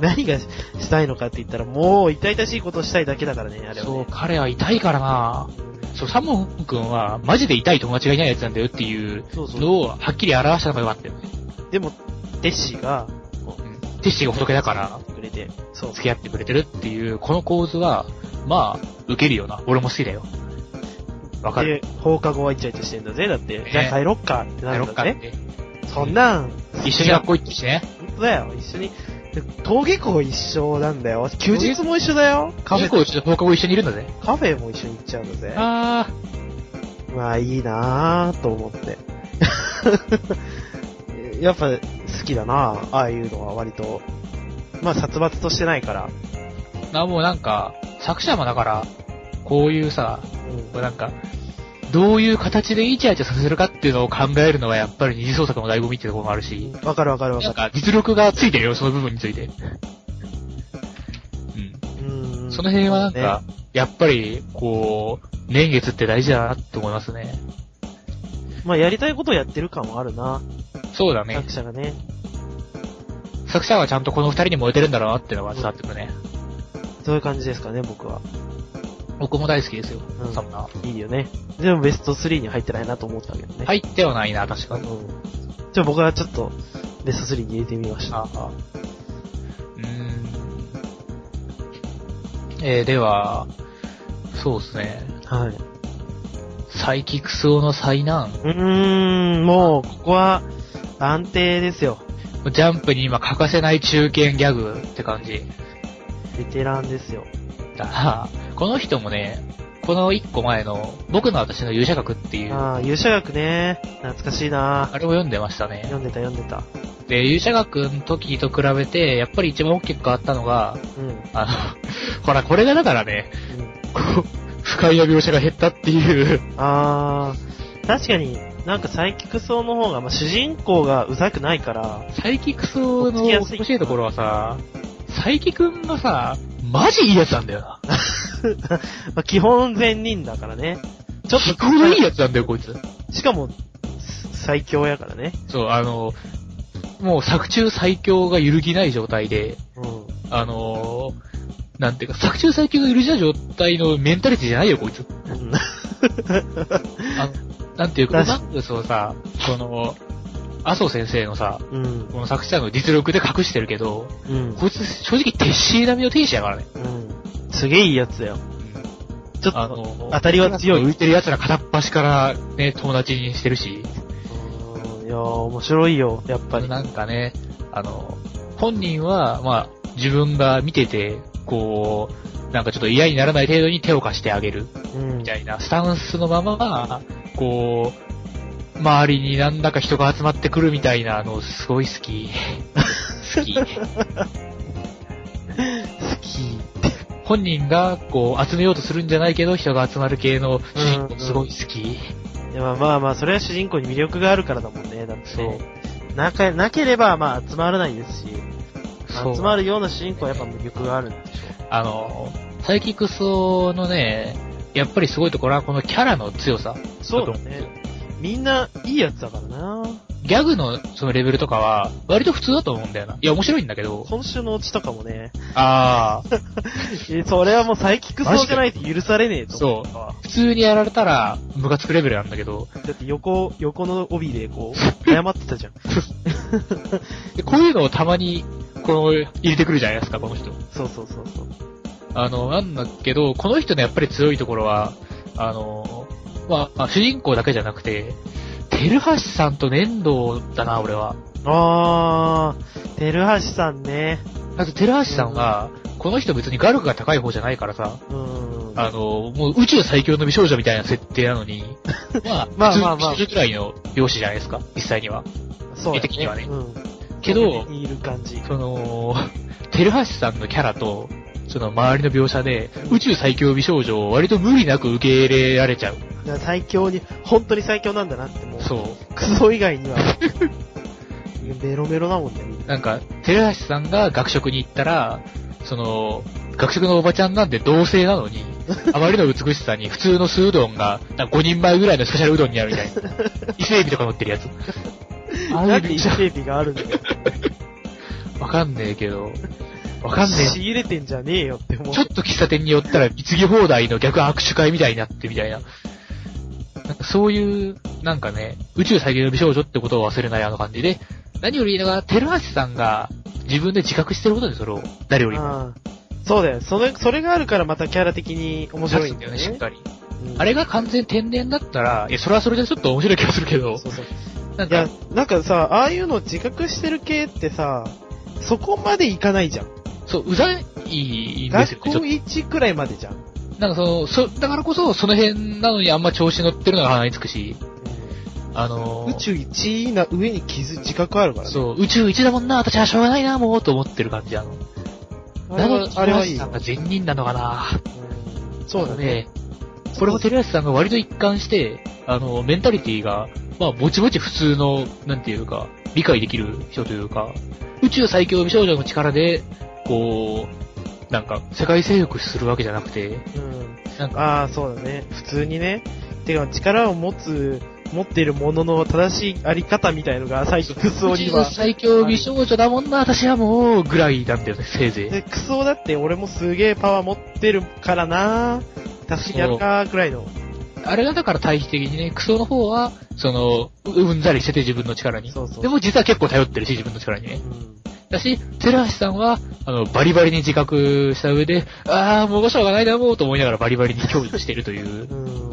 [SPEAKER 2] 何がしたいのかって言ったら、もう痛々しいことをしたいだけだからね、あれは、
[SPEAKER 1] そう
[SPEAKER 2] ね。、
[SPEAKER 1] 彼は痛いからなそう、サモン君はマジで痛い友達がいないやつなんだよっていう
[SPEAKER 2] そうそう
[SPEAKER 1] のをはっきり表したのが良かったよね。
[SPEAKER 2] でも、テッシーが、
[SPEAKER 1] うんティッシーが仏だから
[SPEAKER 2] くれて、そう。
[SPEAKER 1] 付き合ってくれてるっていう、この構図は、まあ、受けるよな。俺も好きだよ。わかる。
[SPEAKER 2] で、放課後はイチャイチャしてんだぜ。だって、
[SPEAKER 1] ね
[SPEAKER 2] じゃあ帰ろっかってな
[SPEAKER 1] やろ
[SPEAKER 2] る
[SPEAKER 1] っ
[SPEAKER 2] んだ
[SPEAKER 1] かっ
[SPEAKER 2] ぜ。
[SPEAKER 1] て。
[SPEAKER 2] そんなん、
[SPEAKER 1] 一緒に学校行ってしね。
[SPEAKER 2] 本当だよ、一緒に。で登下校一緒なんだよ。休日も一緒だよ。カ
[SPEAKER 1] カ
[SPEAKER 2] フ
[SPEAKER 1] フ
[SPEAKER 2] ェ
[SPEAKER 1] ェ校ちょっと放課後一緒にいるんだぜ。
[SPEAKER 2] カフェも一緒に行っちゃうんだぜ。
[SPEAKER 1] あ
[SPEAKER 2] まあいいなぁと思って。 [laughs] やっぱ好きだなぁ、ああいうのは割と。まあ殺伐としてないから。
[SPEAKER 1] ー。な、もうなんか、作者もだから、こういうさ、こうなんか、どういう形でイチャイチャさせるかっていうのを考えるのはやっぱり二次創作の醍醐味ってところもあるし、
[SPEAKER 2] わかるわかるわ
[SPEAKER 1] なんか
[SPEAKER 2] か
[SPEAKER 1] 実力がついてるよ、その部分について。
[SPEAKER 2] る。う
[SPEAKER 1] うんん。その辺はなん
[SPEAKER 2] ね
[SPEAKER 1] か、やっぱり、こう、年月って大事だなって思いますね。
[SPEAKER 2] まあやりたいことやってる感もあるな、
[SPEAKER 1] そうだね
[SPEAKER 2] 作。者がね。
[SPEAKER 1] 作者はちゃんとこの二人に燃えてるんだろうなってのは伝わってくるね。
[SPEAKER 2] そういう感じですかね、僕は。
[SPEAKER 1] 僕も大好きですよ、
[SPEAKER 2] うん
[SPEAKER 1] サムナー。
[SPEAKER 2] いいよね。でもベスト3に入ってないなと思ったけどね。い。
[SPEAKER 1] 入ってはないな、確
[SPEAKER 2] う
[SPEAKER 1] か
[SPEAKER 2] ん
[SPEAKER 1] に。。
[SPEAKER 2] じゃあ僕はちょっと、ベスト3に入れてみました。
[SPEAKER 1] ああ。うーん。えー、では、そうですね。
[SPEAKER 2] はい。
[SPEAKER 1] サイキクスオの災難。
[SPEAKER 2] うーん、もう、ここは、安定ですよ。
[SPEAKER 1] ジャンプに今欠かせない中堅ギャグって感じ。
[SPEAKER 2] ベテランですよ。
[SPEAKER 1] だ [laughs] から、この人もね、この一個前の、僕の私の勇者学っていう、あ
[SPEAKER 2] ああ、勇者学ね。懐かしいな
[SPEAKER 1] れを読んでましたね。
[SPEAKER 2] 読んでた読んでた。
[SPEAKER 1] で、勇者学の時と比べて、やっぱり一番大きく変わったのが、
[SPEAKER 2] うん。う
[SPEAKER 1] あの、 [laughs] ほら、これがだからね、
[SPEAKER 2] ん、
[SPEAKER 1] こう、不快な描写が減ったっていう、
[SPEAKER 2] ああ、確かに、なんかサイキクソの方が、まあ、主人公がうざくないから、
[SPEAKER 1] サイキクスの欲しいところはさ、サイキくんがさ、マジいいやつなんだよな。
[SPEAKER 2] まあ、基本善人だからね。
[SPEAKER 1] ちょっと、このいいやつなんだよ、こいつ。
[SPEAKER 2] しかも、す最強やからね。
[SPEAKER 1] そう、あの、もう作中最強が揺るぎない状態で、
[SPEAKER 2] うん。
[SPEAKER 1] あのー、なんていうか、作中最強が揺るぎない状態のメンタリティじゃないよ、こいつ。
[SPEAKER 2] うん。
[SPEAKER 1] あの、なんていうか、うま
[SPEAKER 2] 確
[SPEAKER 1] くそうさ、この、麻生先生のさ、
[SPEAKER 2] うん。
[SPEAKER 1] この作者の実力で隠してるけど、
[SPEAKER 2] うん。
[SPEAKER 1] こいつ正直鉄心並みの天使やからね。
[SPEAKER 2] うん。すげえいいやつだよ。ちょっ
[SPEAKER 1] あ
[SPEAKER 2] と、
[SPEAKER 1] の、
[SPEAKER 2] 当たりは強い
[SPEAKER 1] 浮いてる奴ら片っ端からね、友達にしてるし、
[SPEAKER 2] うんいやー面白いよ、やっぱり。
[SPEAKER 1] なんかね、あの、本人は、まあ、自分が見てて、こう、なんかちょっと嫌にならない程度に手を貸してあげる、
[SPEAKER 2] うん
[SPEAKER 1] み。たいなスタンスのまま、こう、周りになんだか人が集まってくるみたいな、あの、すごい好
[SPEAKER 2] [laughs]
[SPEAKER 1] き。好き。
[SPEAKER 2] 好き。
[SPEAKER 1] 本人が、こう、集めようとするんじゃないけど、人が集まる系の主人公すごい好き。
[SPEAKER 2] いやまあまあまあ、それは主人公に魅力があるからだもんね。だって、
[SPEAKER 1] そう。
[SPEAKER 2] なか、なければ、まあ、集まらないですし、
[SPEAKER 1] そう
[SPEAKER 2] 集まるような主人公はやっぱ魅力があるんでし
[SPEAKER 1] あの、サイキックスオのね、やっぱりすごいところはこのキャラの強さ。
[SPEAKER 2] ょ。そうだね。みんな、いいやつだからな
[SPEAKER 1] ギャグのそのレベルとかは、割と普通だと思うんだよな。いや、面白いんだけど。
[SPEAKER 2] 今週のオチとかもね、 [laughs]
[SPEAKER 1] ああ、
[SPEAKER 2] えそれはもうサイキックそうじゃないと許されねえと思ったわ。
[SPEAKER 1] 普通にやられたら、ムカつくレベルなんだけど。
[SPEAKER 2] だって横、横の帯でこう、謝ってたじゃん。
[SPEAKER 1] でこういうのをたまに、この、入れてくるじゃないですか、この人。
[SPEAKER 2] そうそうそうそう。
[SPEAKER 1] あの、なんだけど、この人のやっぱり強いところは、あの、まあ、まあ主人公だけじゃなくて、テルハシさんと粘土だな、俺は。
[SPEAKER 2] あー、テルハシさんね。
[SPEAKER 1] だって、テルハシさんは、この人別に画力が高い方じゃないからさ、
[SPEAKER 2] うーん。
[SPEAKER 1] あの、もう宇宙最強の美少女みたいな設定なの
[SPEAKER 2] [laughs]
[SPEAKER 1] に、まあ、
[SPEAKER 2] まあまあまあ
[SPEAKER 1] 普通に美少女くらいの容姿じゃないですか、実際には。
[SPEAKER 2] そうや
[SPEAKER 1] 絵的にはね
[SPEAKER 2] うん。
[SPEAKER 1] けど、
[SPEAKER 2] いる感じ。
[SPEAKER 1] その、テルハシさんのキャラと、その周りの描写で、宇宙最強美少女を割と無理なく受け入れられちゃう。
[SPEAKER 2] だから最強に、本当に最強なんだなって、もう、
[SPEAKER 1] そ
[SPEAKER 2] クソ以外
[SPEAKER 1] [laughs]
[SPEAKER 2] には、メロメロなもんね、みん
[SPEAKER 1] う。
[SPEAKER 2] な。
[SPEAKER 1] なんか、テルハシさんが学食に行ったら、その、学食のおばちゃんなんで同性なのに、あまりの美しさに普通の酢うどんが、なんか5人前ぐらいのスペシャルうどんになるみたいな。
[SPEAKER 2] [laughs]
[SPEAKER 1] 伊勢エビとか乗ってるやつ。あ
[SPEAKER 2] な
[SPEAKER 1] あい
[SPEAKER 2] ん
[SPEAKER 1] う
[SPEAKER 2] で伊
[SPEAKER 1] 美
[SPEAKER 2] 勢
[SPEAKER 1] 少
[SPEAKER 2] エビがあるん
[SPEAKER 1] [laughs]
[SPEAKER 2] だよ。
[SPEAKER 1] わかんねえけど、わかんね
[SPEAKER 2] 仕入れてんじゃねえよって思
[SPEAKER 1] え。
[SPEAKER 2] う
[SPEAKER 1] ちょっ。と喫茶店に寄ったら、貢ぎ放題の逆握手会みたいになってみたいな。なんかそういう、なんかね、宇宙最強の美少女ってことを忘れないあの感じで、何よりいいのが、テルハシさんが自分で自覚してることでそれを、誰よりも。
[SPEAKER 2] うんそうだよ。それ、それがあるからまたキャラ的に面白いんだよね。
[SPEAKER 1] しっかり。
[SPEAKER 2] うん
[SPEAKER 1] あれが完全天然だったら、いや、それはそれでちょっと面白い気がするけど、
[SPEAKER 2] そうそう。
[SPEAKER 1] なん
[SPEAKER 2] いや
[SPEAKER 1] か、、
[SPEAKER 2] なんかさ、ああいうの自覚してる系ってさ、そこまでいかないじゃん。
[SPEAKER 1] そう、うざいんです
[SPEAKER 2] 学
[SPEAKER 1] よ
[SPEAKER 2] 校
[SPEAKER 1] ね。ちょっ
[SPEAKER 2] 1くらいまでじゃん。
[SPEAKER 1] となんかその、そ、だからこそ、その辺なのにあんま調子乗ってるのが鼻につくし、あのー
[SPEAKER 2] 宇宙1位な上に傷、自覚あるからね。
[SPEAKER 1] そう、宇宙一だもんな、私はしょうがないな、もう、と思ってる感じ、あの、
[SPEAKER 2] あれは、あれはいい
[SPEAKER 1] さん
[SPEAKER 2] よ
[SPEAKER 1] が。善人なのかな
[SPEAKER 2] うんそうだね。
[SPEAKER 1] これも照橋さんが割と一貫して、あの、メンタリティが、まあ、ぼちぼち普通の、なんていうか、理解できる人というか、宇宙最強美少女の力で、こう、なんか、世界征服するわけじゃなくて、
[SPEAKER 2] うん。
[SPEAKER 1] なんか、
[SPEAKER 2] ああ、そうだね。普通にね。てか、力を持つ、持っているものの正しいあり方みたいのが、最近クソ
[SPEAKER 1] 宇
[SPEAKER 2] に
[SPEAKER 1] 宙
[SPEAKER 2] は。
[SPEAKER 1] 最強美少女だもんな、私はもう、ぐらいなんだよね、せいぜ
[SPEAKER 2] でクソだって俺もすげえパワー持ってるからな助けてやるかーくらいの。
[SPEAKER 1] い。あれがだから対比的にね、クソの方は、その、ううんざりしてて自分の力に。
[SPEAKER 2] そうそう。
[SPEAKER 1] でも実は結構頼ってるし、自分の力にね
[SPEAKER 2] う。ん、
[SPEAKER 1] だし、寺橋さんは、あの、バリバリに自覚した上で、あー、もうしょうがないだろうと思いながらバリバリに教育してるという。
[SPEAKER 2] うん。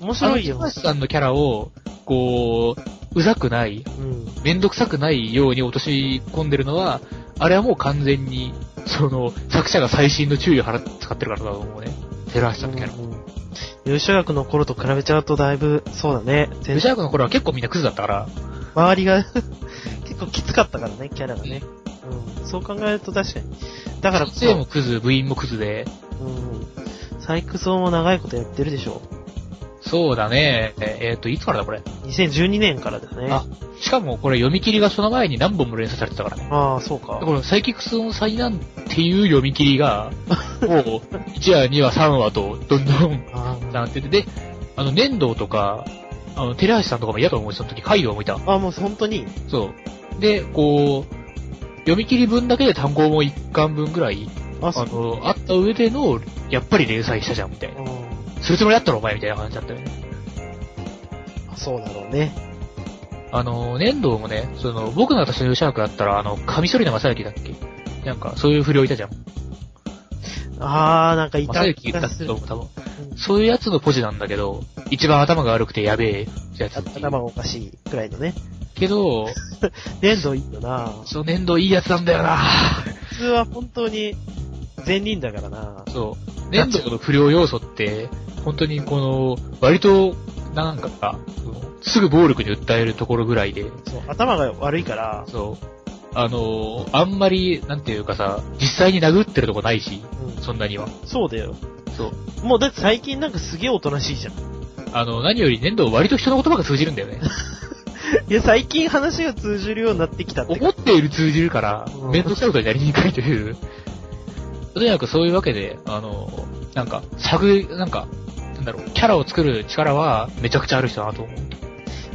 [SPEAKER 2] 面
[SPEAKER 1] あの、
[SPEAKER 2] 白い
[SPEAKER 1] 寺
[SPEAKER 2] よ
[SPEAKER 1] 橋。さんのキャラを、こう、うざくない、
[SPEAKER 2] うん。
[SPEAKER 1] めんどくさくないように落とし込んでるのは、あれはもう完全に、その、作者が最新の注意を払って使ってるからだと思うね。寺橋さんのキャラ。
[SPEAKER 2] うん優秀学の頃と比べちゃうとだいぶ、そうだね。全
[SPEAKER 1] ルシャ
[SPEAKER 2] 然、
[SPEAKER 1] ークの頃は結構みんなクズだったから、
[SPEAKER 2] 周りが [laughs] 結構きつかったからね、キャラがね。うん。そう考えると確かに。だからこ
[SPEAKER 1] 先生
[SPEAKER 2] そ
[SPEAKER 1] も、クズ、部員もクズで、
[SPEAKER 2] うん。サイクソーも長いことやってるでしょ。
[SPEAKER 1] そうだね。えっ、と、いつからだこれ。
[SPEAKER 2] 2012年からだね。
[SPEAKER 1] あしかもこれ読み切りがその前に何本も連載されてたからね。
[SPEAKER 2] ああ、そうか
[SPEAKER 1] こ。のサイキックスの災難っていう読み切り
[SPEAKER 2] [laughs]
[SPEAKER 1] が、もう、1話、2話、3話と、どんどん、
[SPEAKER 2] あー
[SPEAKER 1] なってて、で、あの、粘土とか、あの、寺橋さんとかも嫌と思うし、その時、カイドウもいた。
[SPEAKER 2] あ、もう本当に。
[SPEAKER 1] そう。で、こう、読み切り分だけで単行も1巻分ぐらい、
[SPEAKER 2] あ、そ
[SPEAKER 1] あ
[SPEAKER 2] う。
[SPEAKER 1] の、あった上での、やっぱり連載したじゃん、みたいな。
[SPEAKER 2] うん
[SPEAKER 1] するつもりだったのお前、みたいな感じだったよね。
[SPEAKER 2] そうだろうね。
[SPEAKER 1] あの、粘土もね、その、僕の私の吉原だったら、あの、上反田正幸だっけなんか、そういう不良いたじゃん。
[SPEAKER 2] ああ、なんかいた
[SPEAKER 1] 正
[SPEAKER 2] 気
[SPEAKER 1] 幸だ
[SPEAKER 2] が
[SPEAKER 1] っ
[SPEAKER 2] す
[SPEAKER 1] た
[SPEAKER 2] る
[SPEAKER 1] と。思う、多分。
[SPEAKER 2] うん
[SPEAKER 1] そういうやつのポジなんだけど、一番頭が悪くてやべえやつっていう
[SPEAKER 2] 頭がおかしいくらいのね。
[SPEAKER 1] けど、
[SPEAKER 2] 粘土いいよな。
[SPEAKER 1] その年度いいやつなんだよな
[SPEAKER 2] 普通は本当に善人だからな。
[SPEAKER 1] そう。年度の不良要素って、本当にこの、割と、なんかか、そのすぐ暴力に訴えるところぐらいで、
[SPEAKER 2] そう頭が悪いから、
[SPEAKER 1] そう。あのーあんまり、なんていうかさ、実際に殴ってるとこないし、
[SPEAKER 2] うん
[SPEAKER 1] そんなには。
[SPEAKER 2] そうだよ。
[SPEAKER 1] そう。
[SPEAKER 2] もうだって最近なんかすげえおとなしいじゃん。
[SPEAKER 1] あの、何より年度割と人の言葉が通じるんだよね。
[SPEAKER 2] いや、最近話が通じるようになってきたって
[SPEAKER 1] 思っている通じるから
[SPEAKER 2] う、ん
[SPEAKER 1] 面倒くさいことになりにくいという。とにかくそういうわけで、あの、なんか、探り、なんか、なんだろう、キャラを作る力はめちゃくちゃある人だなと思う。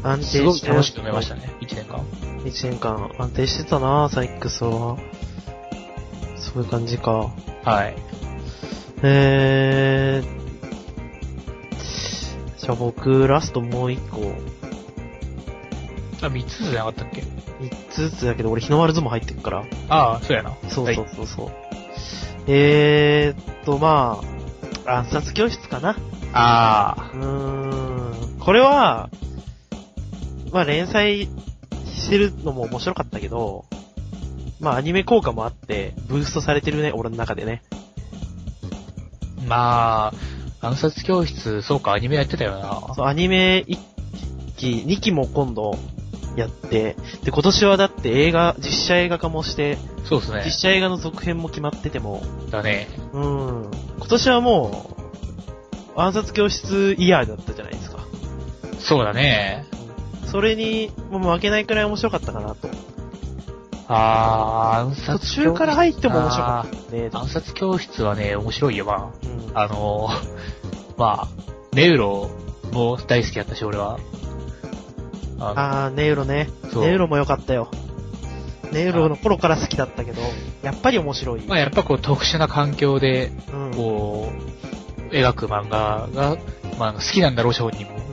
[SPEAKER 2] 安定して
[SPEAKER 1] すごく楽しく読めましたね、1年間。
[SPEAKER 2] 1年間安定してたな、サイックスは。そういう感じか。
[SPEAKER 1] はい。
[SPEAKER 2] えー。じゃあ僕、ラストもう一個。
[SPEAKER 1] あ、3つじゃなかったっけ
[SPEAKER 2] 3つずつだけど、俺日の丸相撲入ってくから。
[SPEAKER 1] ああ、そうやな。
[SPEAKER 2] そうそうそうそう。えーっと、まあ、暗殺教室かな。
[SPEAKER 1] あ
[SPEAKER 2] うーん。これは、まあ連載してるのも面白かったけど、まあアニメ効果もあって、ブーストされてるね、俺の中でね。
[SPEAKER 1] あ、まあ、暗殺教室、そうか、アニメやってたよな。
[SPEAKER 2] そう、アニメ1期、2期も今度やって、で、今年はだって映画、実写映画化もして、
[SPEAKER 1] そうですね
[SPEAKER 2] 実。写映画の続編も決まってても、
[SPEAKER 1] だね。
[SPEAKER 2] うん。今年はもう、暗殺教室イヤーだったじゃないですか。
[SPEAKER 1] そうだね。
[SPEAKER 2] それに、もう負けないくらい面白かったかなと。
[SPEAKER 1] ああ、暗
[SPEAKER 2] 途
[SPEAKER 1] 殺
[SPEAKER 2] 中から入っても面白か
[SPEAKER 1] あ
[SPEAKER 2] ったね
[SPEAKER 1] ー。暗殺教室はね、面白いよ、まあ。
[SPEAKER 2] うん
[SPEAKER 1] あのー、まあ、ネウロも大好きだったし、俺は。あ
[SPEAKER 2] あー、ネウロね。
[SPEAKER 1] のそう
[SPEAKER 2] ネウロも良かったよ。ネウロの頃から好きだったけど、やっぱり面白い。
[SPEAKER 1] まあ、やっぱこう特殊な環境で、
[SPEAKER 2] うんうん
[SPEAKER 1] こう、描く漫画が、まあ、好きなんだろう、商人も。
[SPEAKER 2] うん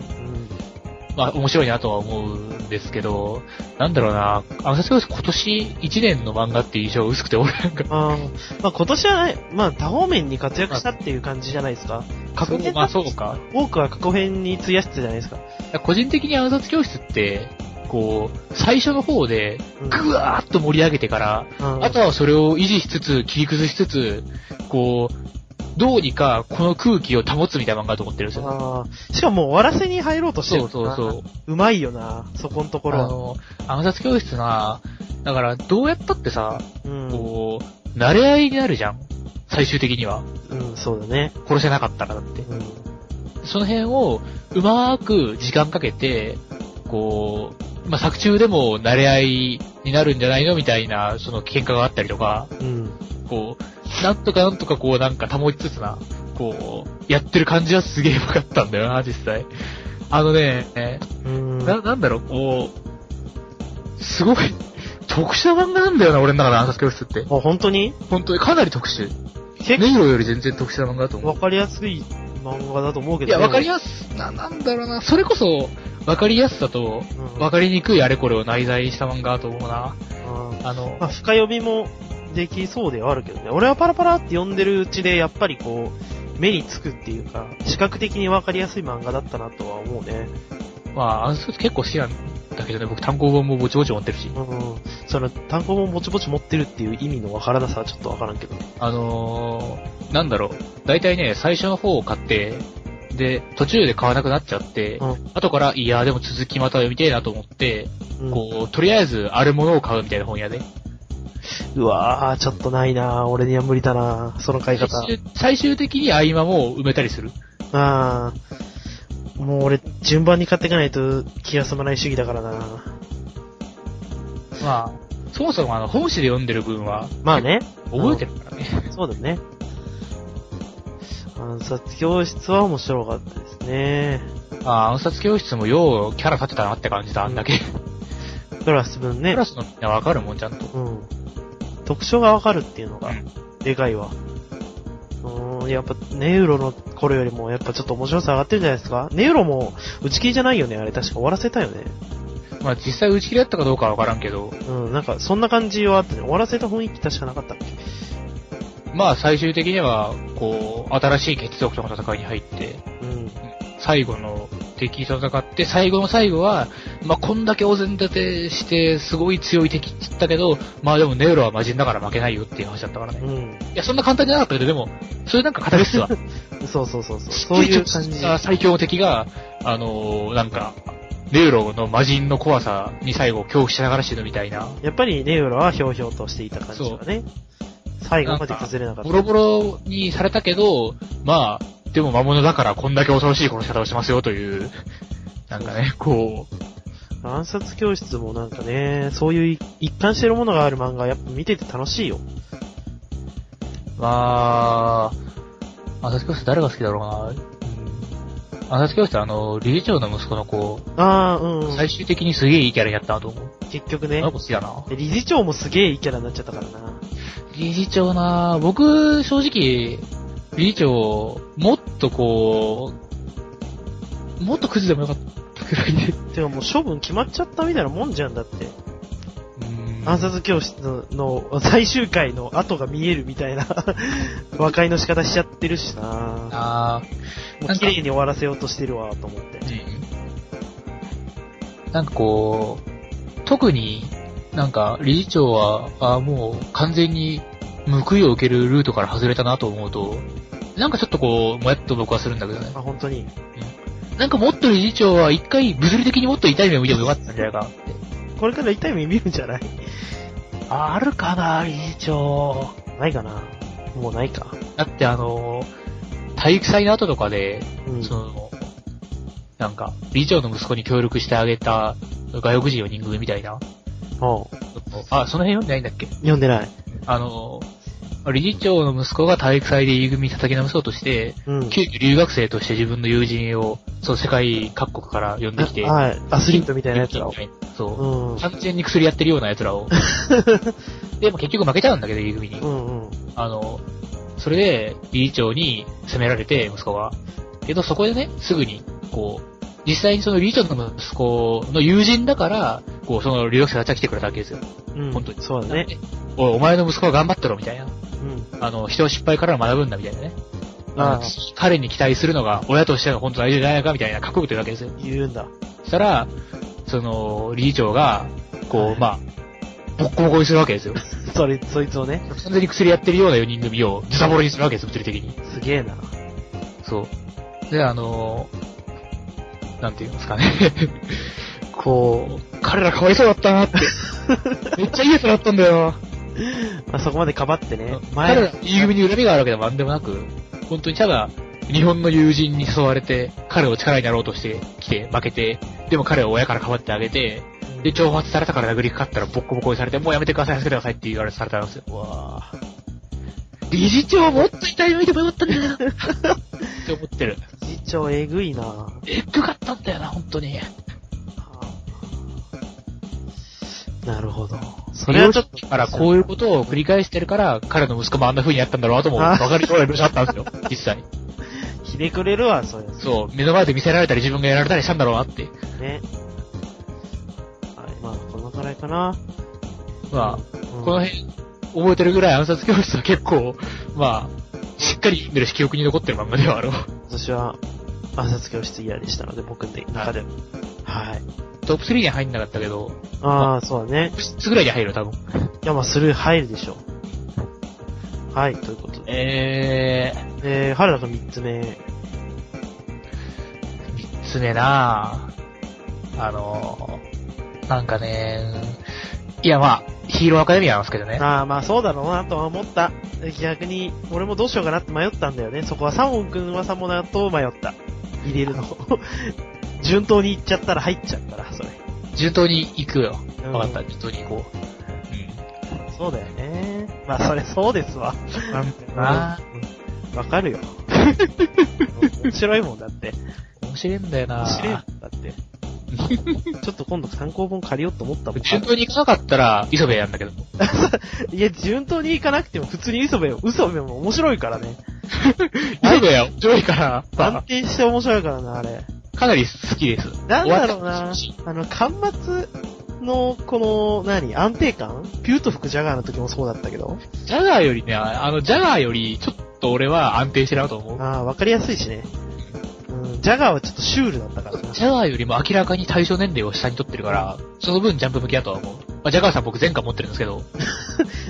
[SPEAKER 1] ままあ面白いなとは思うんですけど、なんだろうな、暗殺教室今年1年の漫画っていう印象が薄くて、俺なんか、
[SPEAKER 2] あーまあ今年はね、まあ多方面に活躍したっていう感じじゃないですか。過去
[SPEAKER 1] そう
[SPEAKER 2] 編
[SPEAKER 1] まあそうか。
[SPEAKER 2] 多くは過去編に費やしてたじゃないですか。
[SPEAKER 1] 個人的に暗殺教室って、こう、最初の方で、
[SPEAKER 2] うん
[SPEAKER 1] ぐわーっと盛り上げてから、
[SPEAKER 2] うん
[SPEAKER 1] あとはそれを維持しつつ、切り崩しつつ、こう、どうにかこの空気を保つみたいな漫画だと思ってるんですよ。
[SPEAKER 2] あーしかももう終わらせに入ろうとしてる
[SPEAKER 1] そうそうそう。
[SPEAKER 2] う。うまいよな、そこのとこ
[SPEAKER 1] あ
[SPEAKER 2] ろ
[SPEAKER 1] の、暗殺教室な、だからどうやったってさ、
[SPEAKER 2] は。うん。
[SPEAKER 1] こう、慣れ合いになるじゃん。最終的には。
[SPEAKER 2] うん、そうだね。
[SPEAKER 1] 殺せなかったからだって。
[SPEAKER 2] うん。
[SPEAKER 1] その辺をうまーく時間かけて、こう、まあ、作中でも慣れ合いになるんじゃないのみたいな、その喧嘩があったりとか、
[SPEAKER 2] うん。
[SPEAKER 1] こう、なんとかなんとかこうなんか保ちつつな、こう、やってる感じはすげえ分かったんだよな、実際。あのね、
[SPEAKER 2] うん。
[SPEAKER 1] な、なんだろう、こう、すごい、特殊な漫画なんだよな、俺の中の暗殺教室って。
[SPEAKER 2] あ、本当に
[SPEAKER 1] 本当にかなり特殊。
[SPEAKER 2] 結構
[SPEAKER 1] 迷路より全然特殊な漫画だと思う
[SPEAKER 2] わ。かりやすい漫画だと思うけ
[SPEAKER 1] い
[SPEAKER 2] ど
[SPEAKER 1] や、
[SPEAKER 2] ね、
[SPEAKER 1] わかりやす、な、なんだろうな。それこそ、わかりやすさと、
[SPEAKER 2] うん
[SPEAKER 1] わかりにくいあれこれを内在した漫画だと思うな。
[SPEAKER 2] うん
[SPEAKER 1] あの
[SPEAKER 2] ま、あ、深読みもできそうではあるけどね。俺はパラパラって読んでるうちで、やっぱりこう、目につくっていうか、視覚的にわかりやすい漫画だったなとは思うね。
[SPEAKER 1] まあ、あの人結構好きなんだけどね、僕単行本もぼちぼち持ってるし。
[SPEAKER 2] うん。その、単行本ぼちぼち持ってるっていう意味のわからなさはちょっとわからんけどね。
[SPEAKER 1] あのー、なんだろう。だいたいね、最初の方を買って、で、途中で買わなくなっちゃって、
[SPEAKER 2] うん
[SPEAKER 1] 後から、いや、でも続きまた読みてえなと思って、
[SPEAKER 2] うん
[SPEAKER 1] こう、とりあえずあるものを買うみたいな本屋で。
[SPEAKER 2] うわー、ちょっとないなー俺には無理だなーその買い
[SPEAKER 1] 最
[SPEAKER 2] 方。
[SPEAKER 1] 終最終的に合間も埋めたりする。
[SPEAKER 2] あー。もう俺、順番に買っていかないと気が済まない主義だからな
[SPEAKER 1] まあ、そもそもあの、本誌で読んでる分は、
[SPEAKER 2] まあね。
[SPEAKER 1] 覚えてるからね。
[SPEAKER 2] そうだね。暗殺教室は面白かったですね。
[SPEAKER 1] ああ、暗殺教室もようキャラ立てたなって感じだ、あんだけ。
[SPEAKER 2] クラス分ね
[SPEAKER 1] ク。ラスのみんなわかるもん、ちゃんと。
[SPEAKER 2] うん。特徴がわかるっていうのが
[SPEAKER 1] うん、
[SPEAKER 2] でかいわ。うーん、やっぱ、ネウロの頃よりも、やっぱちょっと面白さ上がってるんじゃないですかネウロも、打ち切りじゃないよね、あれ確か終わらせたよね。
[SPEAKER 1] まあ実際打ち切りだったかどうかはわからんけど、
[SPEAKER 2] うん、なんか、そんな感じはあったね。終わらせた雰囲気確かなかったっけ
[SPEAKER 1] まあ最終的には、こう、新しい血族との戦いに入って、
[SPEAKER 2] うん。
[SPEAKER 1] 最後の敵と戦って、最後の最後は、まあこんだけお膳立てして、すごい強い敵って言ったけど、まあでもネウロは魔人だから負けないよっていう話だったからね。
[SPEAKER 2] う
[SPEAKER 1] いや、そんな簡単じゃなかったけど、でも、それなんか語りっすわ。
[SPEAKER 2] ん。そうそうそうそう。 [laughs] そういう
[SPEAKER 1] [laughs]
[SPEAKER 2] 感じ。
[SPEAKER 1] 最強の敵が、あのーなんか、ネウロの魔人の怖さに最後恐怖しながら死ぬみたいな。
[SPEAKER 2] やっぱりネウロはひょうひょうとしていた感じがね。最後まで崩れなかっ
[SPEAKER 1] ボ
[SPEAKER 2] た。
[SPEAKER 1] ロボロにされたけど、まあ、でも魔物だからこんだけ恐ろしい殺し方をしますよという、なんかね、こう、
[SPEAKER 2] 暗殺教室もなんかね、そういう一貫してるものがある漫画、やっぱ見てて楽しいよ。
[SPEAKER 1] まあ、暗殺教室誰が好きだろうな。うん、暗殺教室あの、理事長の息子の子、
[SPEAKER 2] ああ、うん。
[SPEAKER 1] 最終的にすげえいいキャラになったなと思う。
[SPEAKER 2] 結局
[SPEAKER 1] あ
[SPEAKER 2] ね
[SPEAKER 1] の。子好きだな。
[SPEAKER 2] 理事長もすげえいいキャラになっちゃったからな。
[SPEAKER 1] 理事長なぁ僕、正直、理事長、もっとこう、もっとクズでもよかったくらいで。
[SPEAKER 2] てかもう処分決まっちゃったみたいなもんじゃんだって。暗殺教室の最終回の後が見えるみたいな和解の仕方しちゃってるしな。
[SPEAKER 1] あ
[SPEAKER 2] もう綺麗に終わらせようとしてるわ、と思って。
[SPEAKER 1] ー、うん。なんかこう、特になんか理事長は、あーもう完全に報いを受けるルートから外れたなと思うと、なんかちょっとこう、もやっと僕はするんだけどね。
[SPEAKER 2] あ、本当に。
[SPEAKER 1] なんかもっと理事長は一回物理的にもっと痛い目を見てもよかったんじゃないかなって。
[SPEAKER 2] これから痛い目見るんじゃない
[SPEAKER 1] あるかな、理事長。
[SPEAKER 2] ないかなもうないか。
[SPEAKER 1] だってあの、体育祭の後とかで、
[SPEAKER 2] うん。
[SPEAKER 1] その、なんか、理事長の息子に協力してあげた外国人4人組みたいな。
[SPEAKER 2] おう
[SPEAKER 1] あ、その辺読んでないんだっけ
[SPEAKER 2] 読んでない。
[SPEAKER 1] あの、理事長の息子が体育祭で E 組叩き直そうとして、
[SPEAKER 2] うん。
[SPEAKER 1] 急遽留学生として自分の友人を、そう、世界各国から呼んできて、
[SPEAKER 2] はい。アスリートみたいなやつらを。
[SPEAKER 1] そう。
[SPEAKER 2] うん。
[SPEAKER 1] 完全に薬やってるような奴ら
[SPEAKER 2] [laughs]
[SPEAKER 1] を。で、も結局負けちゃうんだけど、E 組に。
[SPEAKER 2] うんうん。
[SPEAKER 1] あの、それで、理事長に責められて、息子が。けど、そこでね、すぐに、こう、実際にその理事長の息子の友人だから、こう、その留学生たちが来てくれたわけですよ。
[SPEAKER 2] うん。
[SPEAKER 1] 本当に
[SPEAKER 2] そうだね。。
[SPEAKER 1] おい、お前の息子は頑張ったろ、みたいな。
[SPEAKER 2] うん。
[SPEAKER 1] あの、人を失敗から学ぶんだ、みたいなね。あ
[SPEAKER 2] あ
[SPEAKER 1] の彼に期待するのが親としての本当の愛情じゃないかみたいな覚悟というわけですよ。
[SPEAKER 2] 言うんだ。
[SPEAKER 1] そしたら、その、理事長が、
[SPEAKER 2] は
[SPEAKER 1] こ、
[SPEAKER 2] いう
[SPEAKER 1] まあ、ボッコボコにするわけですよ。
[SPEAKER 2] それ、そいつをね、
[SPEAKER 1] 完全に薬やってるような4人組をズタボロにするわけです、物理的に。
[SPEAKER 2] すげえな。
[SPEAKER 1] そう。で、あのー、なんて言うんですかね。 [laughs] こう、彼らかわいそうだったなって。めっちゃいい奴らだったんだよ。
[SPEAKER 2] まあ、そこまでかばってね、
[SPEAKER 1] 彼ら、E 組に恨みがあるわけでもなんでもなく、本当にただ、日本の友人に誘われて、彼を力になろうとしてきて、負けて、でも彼を親からかばってあげて、
[SPEAKER 2] うん
[SPEAKER 1] で、挑発されたから殴りかかったらボッコボコにされて、もうやめてください、助けてくださいって言われされたんですよ。
[SPEAKER 2] うわぁ
[SPEAKER 1] 理事長もっと痛い目見てもよか [laughs] ったんだよって思ってる。
[SPEAKER 2] 理事長えぐいなぁ
[SPEAKER 1] えぐかったんだよな、本当に。
[SPEAKER 2] なるほど。そ
[SPEAKER 1] それはちょっと、からこういうことを繰り返してるから、彼の息子もあんな風にやったんだろうなとも、
[SPEAKER 2] あ
[SPEAKER 1] 分かるような描写あったんですよ、 [laughs] 実際。
[SPEAKER 2] ひねくれるわ、それ。
[SPEAKER 1] そう、目の前で見せられたり自分がやられたりしたんだろうなって。
[SPEAKER 2] ね。はい、まあ、このくらいかな。
[SPEAKER 1] まあ、
[SPEAKER 2] うん
[SPEAKER 1] この辺、覚えてるぐらい暗殺教室は結構、まあ、しっかり読んでるし、記憶に残ってる漫画ではあろう。
[SPEAKER 2] 私は、暗殺教室嫌でしたので、僕の中で。はい。
[SPEAKER 1] トップ3には入んなかったけど、
[SPEAKER 2] ああ、そうだね
[SPEAKER 1] トッ。プ6ぐらいに入るよ、多分。
[SPEAKER 2] いや、まあ、スルー入るでしょう。はい、ということで。
[SPEAKER 1] えー、
[SPEAKER 2] えー、原田くん3つ目。
[SPEAKER 1] 3つ目なぁ。あのー、なんかねいやまあ、ヒーローアカデミアなんですけどね。
[SPEAKER 2] ああ、まあそうだろうなとは思った。逆に、俺もどうしようかなって迷ったんだよね。そこはサモン君はサモナと迷った。入れるの。 [laughs] 順当に行っちゃったら入っちゃったら、それ。
[SPEAKER 1] 順当に行くよ。
[SPEAKER 2] うん
[SPEAKER 1] わかった、順当に行こう。うん。
[SPEAKER 2] そうだよね。まあそれそうですわ。
[SPEAKER 1] な
[SPEAKER 2] うんわ
[SPEAKER 1] [laughs]
[SPEAKER 2] かるよ。面白いもんだって。
[SPEAKER 1] 面白いんだよな
[SPEAKER 2] 面白いもん
[SPEAKER 1] [laughs]
[SPEAKER 2] だって。ちょっと今度参考本借りようと思ったも
[SPEAKER 1] [laughs]
[SPEAKER 2] ん。
[SPEAKER 1] 順当に行かなかったら、磯部やんだけど。
[SPEAKER 2] いや、順当に行かなくても普通に嘘べよ。嘘べも面白いからね。
[SPEAKER 1] 磯部は
[SPEAKER 2] [laughs]
[SPEAKER 1] 上位から、
[SPEAKER 2] 安定して面白いからな、あれ。
[SPEAKER 1] かなり好きです。
[SPEAKER 2] なんだろうな
[SPEAKER 1] 終
[SPEAKER 2] あの、端末の、この、何、安定感ピュート吹くジャガーの時もそうだったけど。
[SPEAKER 1] ジャガーよりね、あの、ジャガーより、ちょっと俺は安定してるなと思う。
[SPEAKER 2] ああ、わかりやすいしね。うん、ジャガーはちょっとシュールだったからな。
[SPEAKER 1] ジャガーよりも明らかに対象年齢を下に取ってるから、その分ジャンプ向きだとは思う。まあ、ジャガーさん僕前回持ってるんですけど、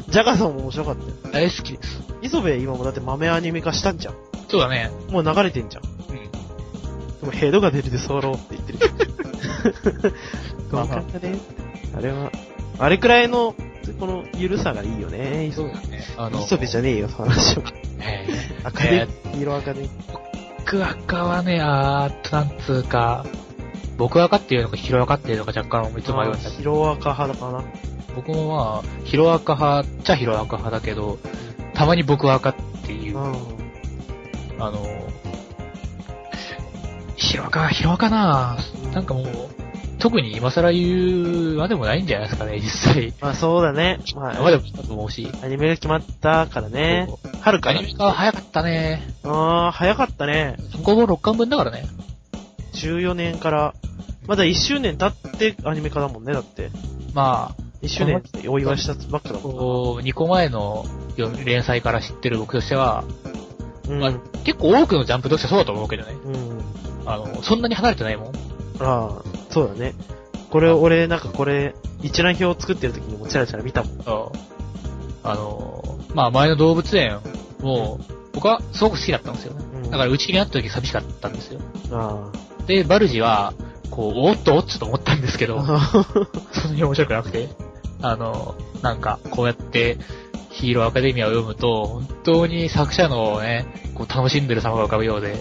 [SPEAKER 2] ジャガーさんも面白かったよ。
[SPEAKER 1] 大好きです。
[SPEAKER 2] 磯部今もだって豆アニメ化したんじゃん。
[SPEAKER 1] そうだね。
[SPEAKER 2] もう流れてんじゃん。
[SPEAKER 1] うん。
[SPEAKER 2] でもヘドが出るで触ろうって言ってる。
[SPEAKER 1] ま
[SPEAKER 2] わ
[SPEAKER 1] あまあ
[SPEAKER 2] かったね。あれは、あれくらいの、この、ゆるさがいいよね、磯部。
[SPEAKER 1] ね。あの、
[SPEAKER 2] 磯部じゃねえよ、その話は。
[SPEAKER 1] えー
[SPEAKER 2] アカデミー、色アカデミー。
[SPEAKER 1] 僕赤はね、あーっと、なんつうか、僕赤っていうのか、ヒロ赤っていうのか若干いつも迷うんだけど
[SPEAKER 2] ヒロアカ派だかな。
[SPEAKER 1] 僕もまあ、ヒロアカ派っちゃヒロアカ派だけど、たまに僕アカっていう、あ
[SPEAKER 2] うん。
[SPEAKER 1] の、ヒロアカ、ヒロアカなぁなんかもう、特に今更言うまでもないんじゃないですかね、実際。
[SPEAKER 2] まあそうだね。ま
[SPEAKER 1] まで
[SPEAKER 2] あ、
[SPEAKER 1] もしたと思うし。
[SPEAKER 2] アニメが決まったからね。春か
[SPEAKER 1] ア
[SPEAKER 2] ら
[SPEAKER 1] ニ。メ化は早かったね。
[SPEAKER 2] ああ、早かったね。
[SPEAKER 1] 単行本6巻分だからね。
[SPEAKER 2] 14年から。まだ1周年経ってアニメ化だもんね、だって。
[SPEAKER 1] ま
[SPEAKER 2] 1周年ってお祝いしたばっかだ
[SPEAKER 1] あ、
[SPEAKER 2] も
[SPEAKER 1] こう、2個前のよ連載から知ってる僕としては、
[SPEAKER 2] ん
[SPEAKER 1] ま
[SPEAKER 2] な。
[SPEAKER 1] あ、結構多くのジャンプ読者そうだと思うけどね。
[SPEAKER 2] うん。うん。
[SPEAKER 1] あの、そんなに離れてないもん。
[SPEAKER 2] ああ、そうだね。これ、俺、なんかこれ、一覧表を作ってる時にもチラチラ見たもん。
[SPEAKER 1] そうあの、まあ前の動物園も、僕はすごく好きだったんですよね。
[SPEAKER 2] うん
[SPEAKER 1] だから打ち切りになった時寂しかったんですよ。
[SPEAKER 2] あ
[SPEAKER 1] で、バルジは、こう、おっとおっとと思ったんですけど、
[SPEAKER 2] あ。
[SPEAKER 1] そんなに面白くなくて。あの、なんか、こうやって、ヒーローアカデミアを読むと、本当に作者のね、こう楽しんでる様が浮かぶようで、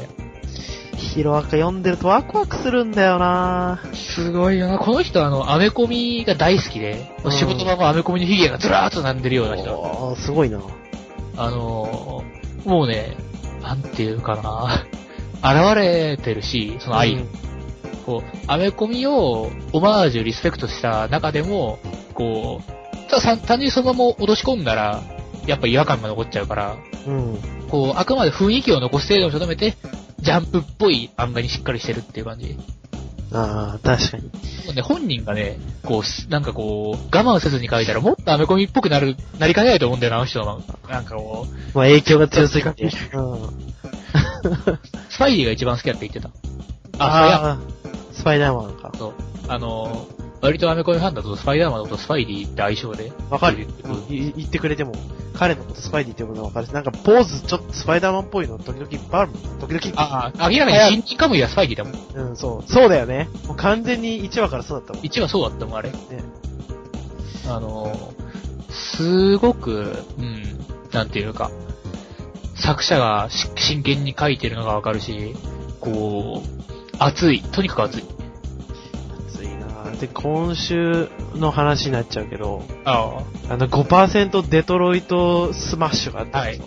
[SPEAKER 2] [laughs] ヒロアカ読んでるとワクワクするんだよな
[SPEAKER 1] すごいよな。この人はあの、アメコミが大好きで、
[SPEAKER 2] うん
[SPEAKER 1] 仕事場もアメコミのフィギュアがずらーっと並んでるような人。
[SPEAKER 2] おーすごいな
[SPEAKER 1] あのー、もうね、なんていうかな、現 [laughs] れてるし、その愛、
[SPEAKER 2] うん
[SPEAKER 1] こう、アメコミをオマージュ、リスペクトした中でも、こう、たださ単純にそのまま落とし込んだら、やっぱ違和感が残っちゃうから、
[SPEAKER 2] うん。
[SPEAKER 1] こう、あくまで雰囲気を残す程度にとどめて、ジャンプっぽい漫画にしっかりしてるっていう感じ。
[SPEAKER 2] ああ、確かに。
[SPEAKER 1] もうね、本人がね、こうし、なんかこう、我慢せずに書いたらもっとアメコミっぽくなる、なりかねないと思うんだよな、あの人は。なんかこう、
[SPEAKER 2] まあ影響が強すぎて。
[SPEAKER 1] [laughs]
[SPEAKER 2] うん。
[SPEAKER 1] スパイディが一番好きだって言ってた。あ、
[SPEAKER 2] あー、スパイダーマンか
[SPEAKER 1] いや、。そう。あのー、割とアメコミファンだとスパイダーマンのことスパイディって相性で。
[SPEAKER 2] わかる、
[SPEAKER 1] うん
[SPEAKER 2] い言ってくれても、彼のことスパイディって呼ぶのわかるし、なんかポーズちょっとスパイダーマンっぽいの時々いっぱいあるもん。時々。
[SPEAKER 1] ああ、明らかに新人カムイはスパイディだもん。
[SPEAKER 2] うん、そう。そうだよね。もう完全に1話からそうだったもん。
[SPEAKER 1] 1はそうだったもん、あれ。
[SPEAKER 2] ね
[SPEAKER 1] あのー、すごく、うん、なんていうか、作者がし真剣に書いてるのがわかるし、こう、熱い。とにかく熱い。
[SPEAKER 2] 熱いなで、今週の話になっちゃうけど、
[SPEAKER 1] あ
[SPEAKER 2] あの5%デトロイトスマッシュがあったんですよ。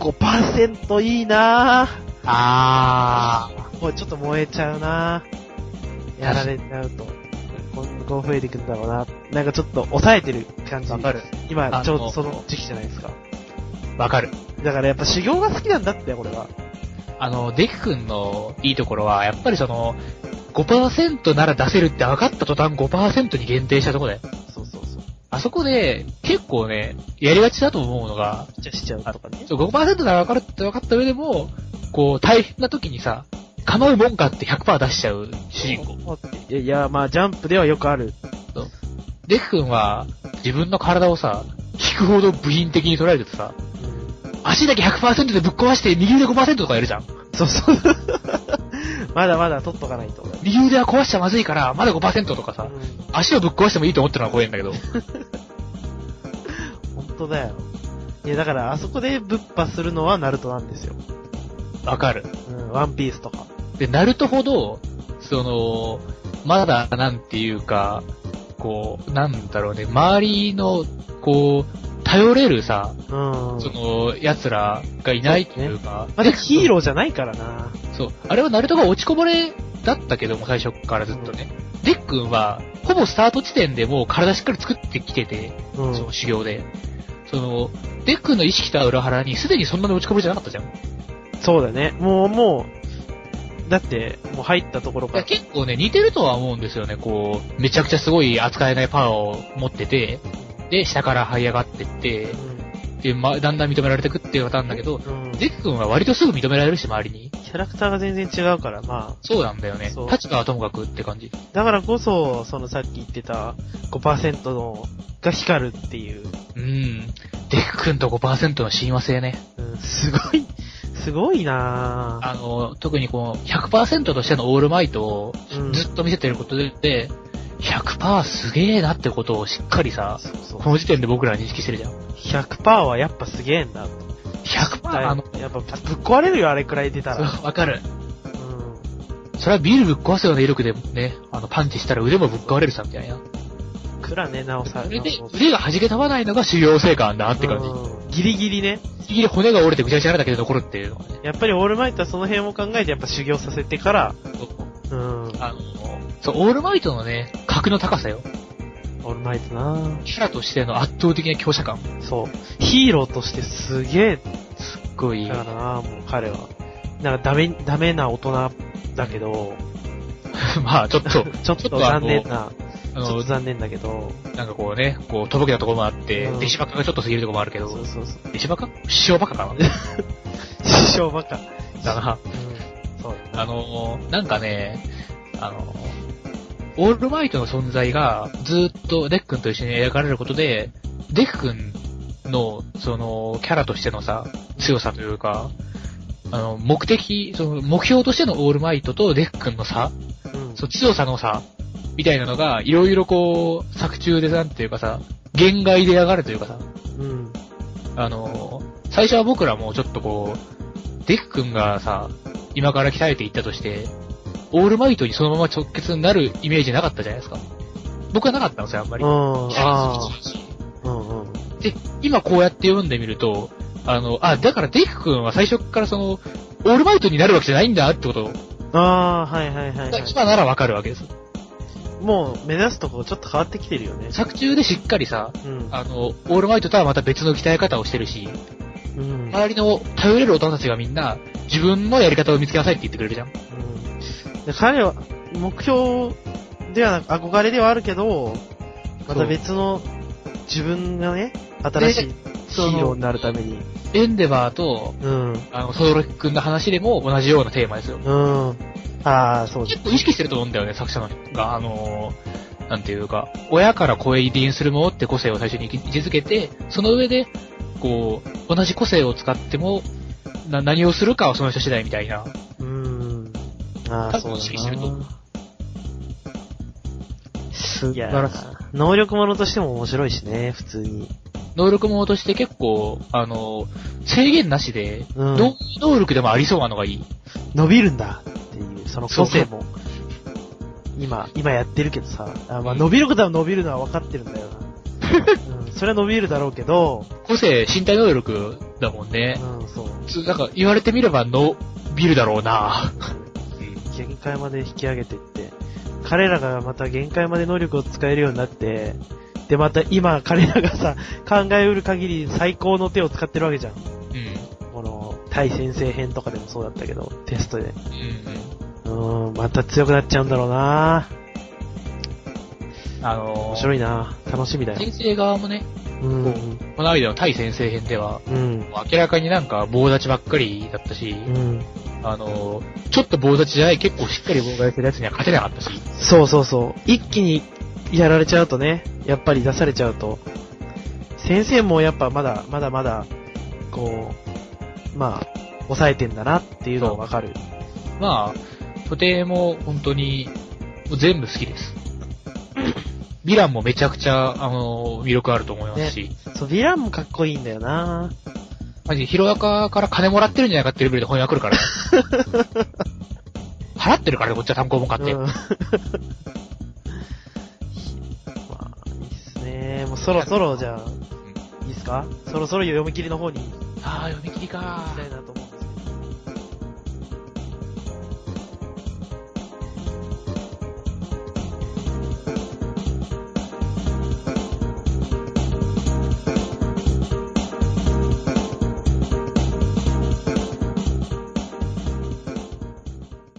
[SPEAKER 2] 5%いいな
[SPEAKER 1] あ。ああ。
[SPEAKER 2] もうちょっと燃えちゃうなやられちゃうと。今後増えていくんだろうな。なんかちょっと抑えてる感じ。
[SPEAKER 1] わかる。
[SPEAKER 2] 今、
[SPEAKER 1] あ
[SPEAKER 2] ちょう
[SPEAKER 1] も
[SPEAKER 2] ど
[SPEAKER 1] う
[SPEAKER 2] その時期じゃないですか。
[SPEAKER 1] わかる。
[SPEAKER 2] だからやっぱ修行が好きなんだって、俺は。
[SPEAKER 1] あの、デク君のいいところは、やっぱりその、5%なら出せるって分かった途端5%に限定したとこだよ。
[SPEAKER 2] そうそうそう。
[SPEAKER 1] あそこで、結構ね、やりがちだと思うのが、
[SPEAKER 2] じゃしちゃうとかね。
[SPEAKER 1] そう5%なら分かるって分かった上でも、こう、大変な時にさ、構うもんかって100%出しちゃう主人公。
[SPEAKER 2] いやいや、まあジャンプではよくある。
[SPEAKER 1] デク君は、自分の体をさ、引くほど部品的に捉えててさ、足だけ100%でぶっ壊して、右腕5%とかやるじゃん。
[SPEAKER 2] そうそう。 [laughs] まだまだ取っとかないと。
[SPEAKER 1] 右腕は壊しちゃまずいから、まだ5%とかさ、足をぶっ壊してもいいと思ってるのは怖いんだけど。
[SPEAKER 2] 本当だよ。いや、だから、あそこでぶっぱするのはナルトなんですよ。
[SPEAKER 1] わかる。
[SPEAKER 2] うん、ワンピースとか。
[SPEAKER 1] で、ナルトほど、その、まだ、なんていうか、こう、なんだろうね、周りの、こう、頼れるさ、
[SPEAKER 2] うん。ま
[SPEAKER 1] その、奴らがいないというか、
[SPEAKER 2] あ、でもヒーローじゃないからな。
[SPEAKER 1] [laughs] そう、あれはナルトが落ちこぼれだったけども、最初からずっとね。デックンは、ほぼスタート地点でもう体しっかり作ってきてて、
[SPEAKER 2] うん。
[SPEAKER 1] その修行で。その、デックンの意識とは裏腹に、すでにそんなに落ちこぼれじゃなかったじゃん。
[SPEAKER 2] そうだね。もう、もう、だって、もう入ったところ
[SPEAKER 1] い
[SPEAKER 2] か
[SPEAKER 1] や
[SPEAKER 2] ら。
[SPEAKER 1] 結構ね、似てるとは思うんですよね。こう、めちゃくちゃすごい扱えないパワーを持ってて、で、下から這い上がってって、で、ま、だんだん認められてくっていうパターンだけど、
[SPEAKER 2] うん。うん
[SPEAKER 1] デク君は割とすぐ認められるし、周りに。
[SPEAKER 2] キャラクターが全然違うから、まあ。
[SPEAKER 1] そうなんだよね
[SPEAKER 2] そう。
[SPEAKER 1] 立場はともかくって感じ。
[SPEAKER 2] だからこそ、そのさっき言ってた5%の、が光るっていう。
[SPEAKER 1] うん。デク君と5%の親和性ね。
[SPEAKER 2] うん、すごい、すごいな
[SPEAKER 1] あの、特にこの100%としてのオールマイトを
[SPEAKER 2] ぁ。うん。
[SPEAKER 1] ずっと見せてることで、100%すげえなってことをしっかりさ、
[SPEAKER 2] そうそう
[SPEAKER 1] この時点で僕らは認識してるじゃん。
[SPEAKER 2] 100%はやっぱすげえんだ。
[SPEAKER 1] 100%あの、
[SPEAKER 2] やっぱぶっ壊れるよ、あれくらい出たら。
[SPEAKER 1] そうわかる。
[SPEAKER 2] うん。
[SPEAKER 1] それはビールぶっ壊すような威力でね、あの、パンチしたら腕もぶっ壊れるさ、みたいな。
[SPEAKER 2] くらね、なお
[SPEAKER 1] そ
[SPEAKER 2] さら。
[SPEAKER 1] れで
[SPEAKER 2] なお、さ
[SPEAKER 1] 腕が弾け飛ばないのが修行成果なんだなって感じ。
[SPEAKER 2] うんギリギリね。
[SPEAKER 1] ギリギリ骨が折れてぐちゃぐちゃなだけで残るっていうのがね。
[SPEAKER 2] やっぱりオールマイトはその辺を考えてやっぱ修行させてから、うん。オ
[SPEAKER 1] あの、そう、オールマイトのね、格の高さよ。
[SPEAKER 2] ールマイトなぁ
[SPEAKER 1] キャラとしての圧倒的な強者感。
[SPEAKER 2] そう。ヒーローとしてすげ
[SPEAKER 1] すっご
[SPEAKER 2] え、
[SPEAKER 1] い
[SPEAKER 2] だ、からなもう彼は。なんかダメ、ダメな大人だけど、
[SPEAKER 1] まあ、ちょっと、
[SPEAKER 2] ちょっ
[SPEAKER 1] ちょっ
[SPEAKER 2] と
[SPEAKER 1] とあ
[SPEAKER 2] 残
[SPEAKER 1] の
[SPEAKER 2] 念な、
[SPEAKER 1] あ
[SPEAKER 2] ちょっと
[SPEAKER 1] の、
[SPEAKER 2] 残念だけど、
[SPEAKER 1] なんかこうね、こう、とぼけたところもあって
[SPEAKER 2] うん、
[SPEAKER 1] 弟子バカがちょっと過ぎるところもあるけ
[SPEAKER 2] そ
[SPEAKER 1] ど
[SPEAKER 2] う、そうそう。
[SPEAKER 1] 弟子バカ塩バカか
[SPEAKER 2] 師匠ばっか。
[SPEAKER 1] なだな。
[SPEAKER 2] うん。そう。
[SPEAKER 1] あのーなんかね、あのーオールマイトの存在がずっとデックンと一緒に描かれることで、デックンの、その、キャラとしてのさ、強さというか、あの、目的、その、目標としてのオールマイトとデックンの差、
[SPEAKER 2] うん。
[SPEAKER 1] その強さの差、みたいなのが、いろいろこう、作中でなんていうかさ、限界で描かれるというかさ、
[SPEAKER 2] うん。
[SPEAKER 1] あの、最初は僕らもちょっとこう、デク君がさ、今から鍛えていったとして、オールマイトにそのまま直結になるイメージなかったじゃないですか。僕はなかったんですよ、あんま
[SPEAKER 2] う
[SPEAKER 1] り。
[SPEAKER 2] ん。ああ。うんうん。
[SPEAKER 1] で、今こうやって読んでみると、あの、あ、だからデク君は最初からその、オールマイトになるわけじゃないんだってこと
[SPEAKER 2] ああ、はいはいはい、は
[SPEAKER 1] が
[SPEAKER 2] い。
[SPEAKER 1] 今ならわかるわけです。
[SPEAKER 2] もう目指すとこちょっと変わってきてるよね。
[SPEAKER 1] 作中でしっかりさ、
[SPEAKER 2] うん。
[SPEAKER 1] あの、オールマイトとはまた別の鍛え方をしてるし、
[SPEAKER 2] うん。
[SPEAKER 1] 周りの頼れる大人たちがみんな、自分のやり方を見つけなさいって言ってくれるじゃん。
[SPEAKER 2] うんで彼は、目標ではなく、憧れではあるけど、ま
[SPEAKER 1] そ
[SPEAKER 2] た
[SPEAKER 1] う
[SPEAKER 2] 別の自分がね、新しいヒ
[SPEAKER 1] その
[SPEAKER 2] ーローになるために。
[SPEAKER 1] エンデバーと、
[SPEAKER 2] うん。うん。
[SPEAKER 1] あの、ソドロキ君の話でも同じようなテーマですよ。
[SPEAKER 2] ああ、そうです。
[SPEAKER 1] 結構意識してると思うんだよね、作者の人が。あのーなんていうか、親から声遺伝するものって個性を最初に位置づけて、その上で、こう、同じ個性を使っても、な何をするかはその人次第みたいな。
[SPEAKER 2] うん。ああ、
[SPEAKER 1] 多分
[SPEAKER 2] そう
[SPEAKER 1] 意識して
[SPEAKER 2] だ
[SPEAKER 1] ると思う
[SPEAKER 2] な。
[SPEAKER 1] 素
[SPEAKER 2] いやー、能力者としても面白いしね、普通に。
[SPEAKER 1] 能力もとして結構、あのー制限なしで、
[SPEAKER 2] うん
[SPEAKER 1] どういう能力でもありそうなのがいい。
[SPEAKER 2] 伸びるんだっていう、その
[SPEAKER 1] そう
[SPEAKER 2] 個
[SPEAKER 1] そう
[SPEAKER 2] 性も。今、今やってるけどさ、あまあ、伸びることは伸びるのは分かってるんだよな。
[SPEAKER 1] [laughs]
[SPEAKER 2] うん、それは伸びるだろうけど、
[SPEAKER 1] 個性、身体能力だもんね。
[SPEAKER 2] うん、そう。
[SPEAKER 1] つなんか言われてみれば伸びるだろうな
[SPEAKER 2] 限界まで引き上げていって、彼らがまた限界まで能力を使えるようになって、で、また今、彼らがさ、考えうる限り最高の手を使ってるわけじゃん。
[SPEAKER 1] うん。うん。
[SPEAKER 2] この、対先生編とかでもそうだったけど、テストで。
[SPEAKER 1] うん。
[SPEAKER 2] うん、また強くなっちゃうんだろうな
[SPEAKER 1] あの
[SPEAKER 2] 面
[SPEAKER 1] ー
[SPEAKER 2] 白いな楽しみだよ。
[SPEAKER 1] 先生側もね、
[SPEAKER 2] うん。
[SPEAKER 1] この間の対先生編では、
[SPEAKER 2] うん。
[SPEAKER 1] 明らかになんか棒立ちばっかりだったし、
[SPEAKER 2] うん。
[SPEAKER 1] あのーちょっと棒立ちじゃない、結構しっかり棒立ちするやつには勝てなかったし、
[SPEAKER 2] そうそうそう。一気にやられちゃうとね、やっぱり出されちゃうと、先生もやっぱまだ、まだまだ、こう、まあ、抑えてんだなっていうのがわかる。
[SPEAKER 1] まあ、とても本当に、もう全部好きです。ヴィランもめちゃくちゃ、あのー魅力あると思いますし、
[SPEAKER 2] そう、ヴィランもかっこいいんだよな
[SPEAKER 1] マジ、ヒロアカから金もらってるんじゃないかってレベルで翻訳来るから。
[SPEAKER 2] [laughs]
[SPEAKER 1] 払ってるからね、こっちは単行本買って。
[SPEAKER 2] うん。ま [laughs] あ、いいっすねもうそろそろじゃあ、いいっすかそろそろ読み切りの方に行
[SPEAKER 1] ああ、読み切りか
[SPEAKER 2] きたいなと思う。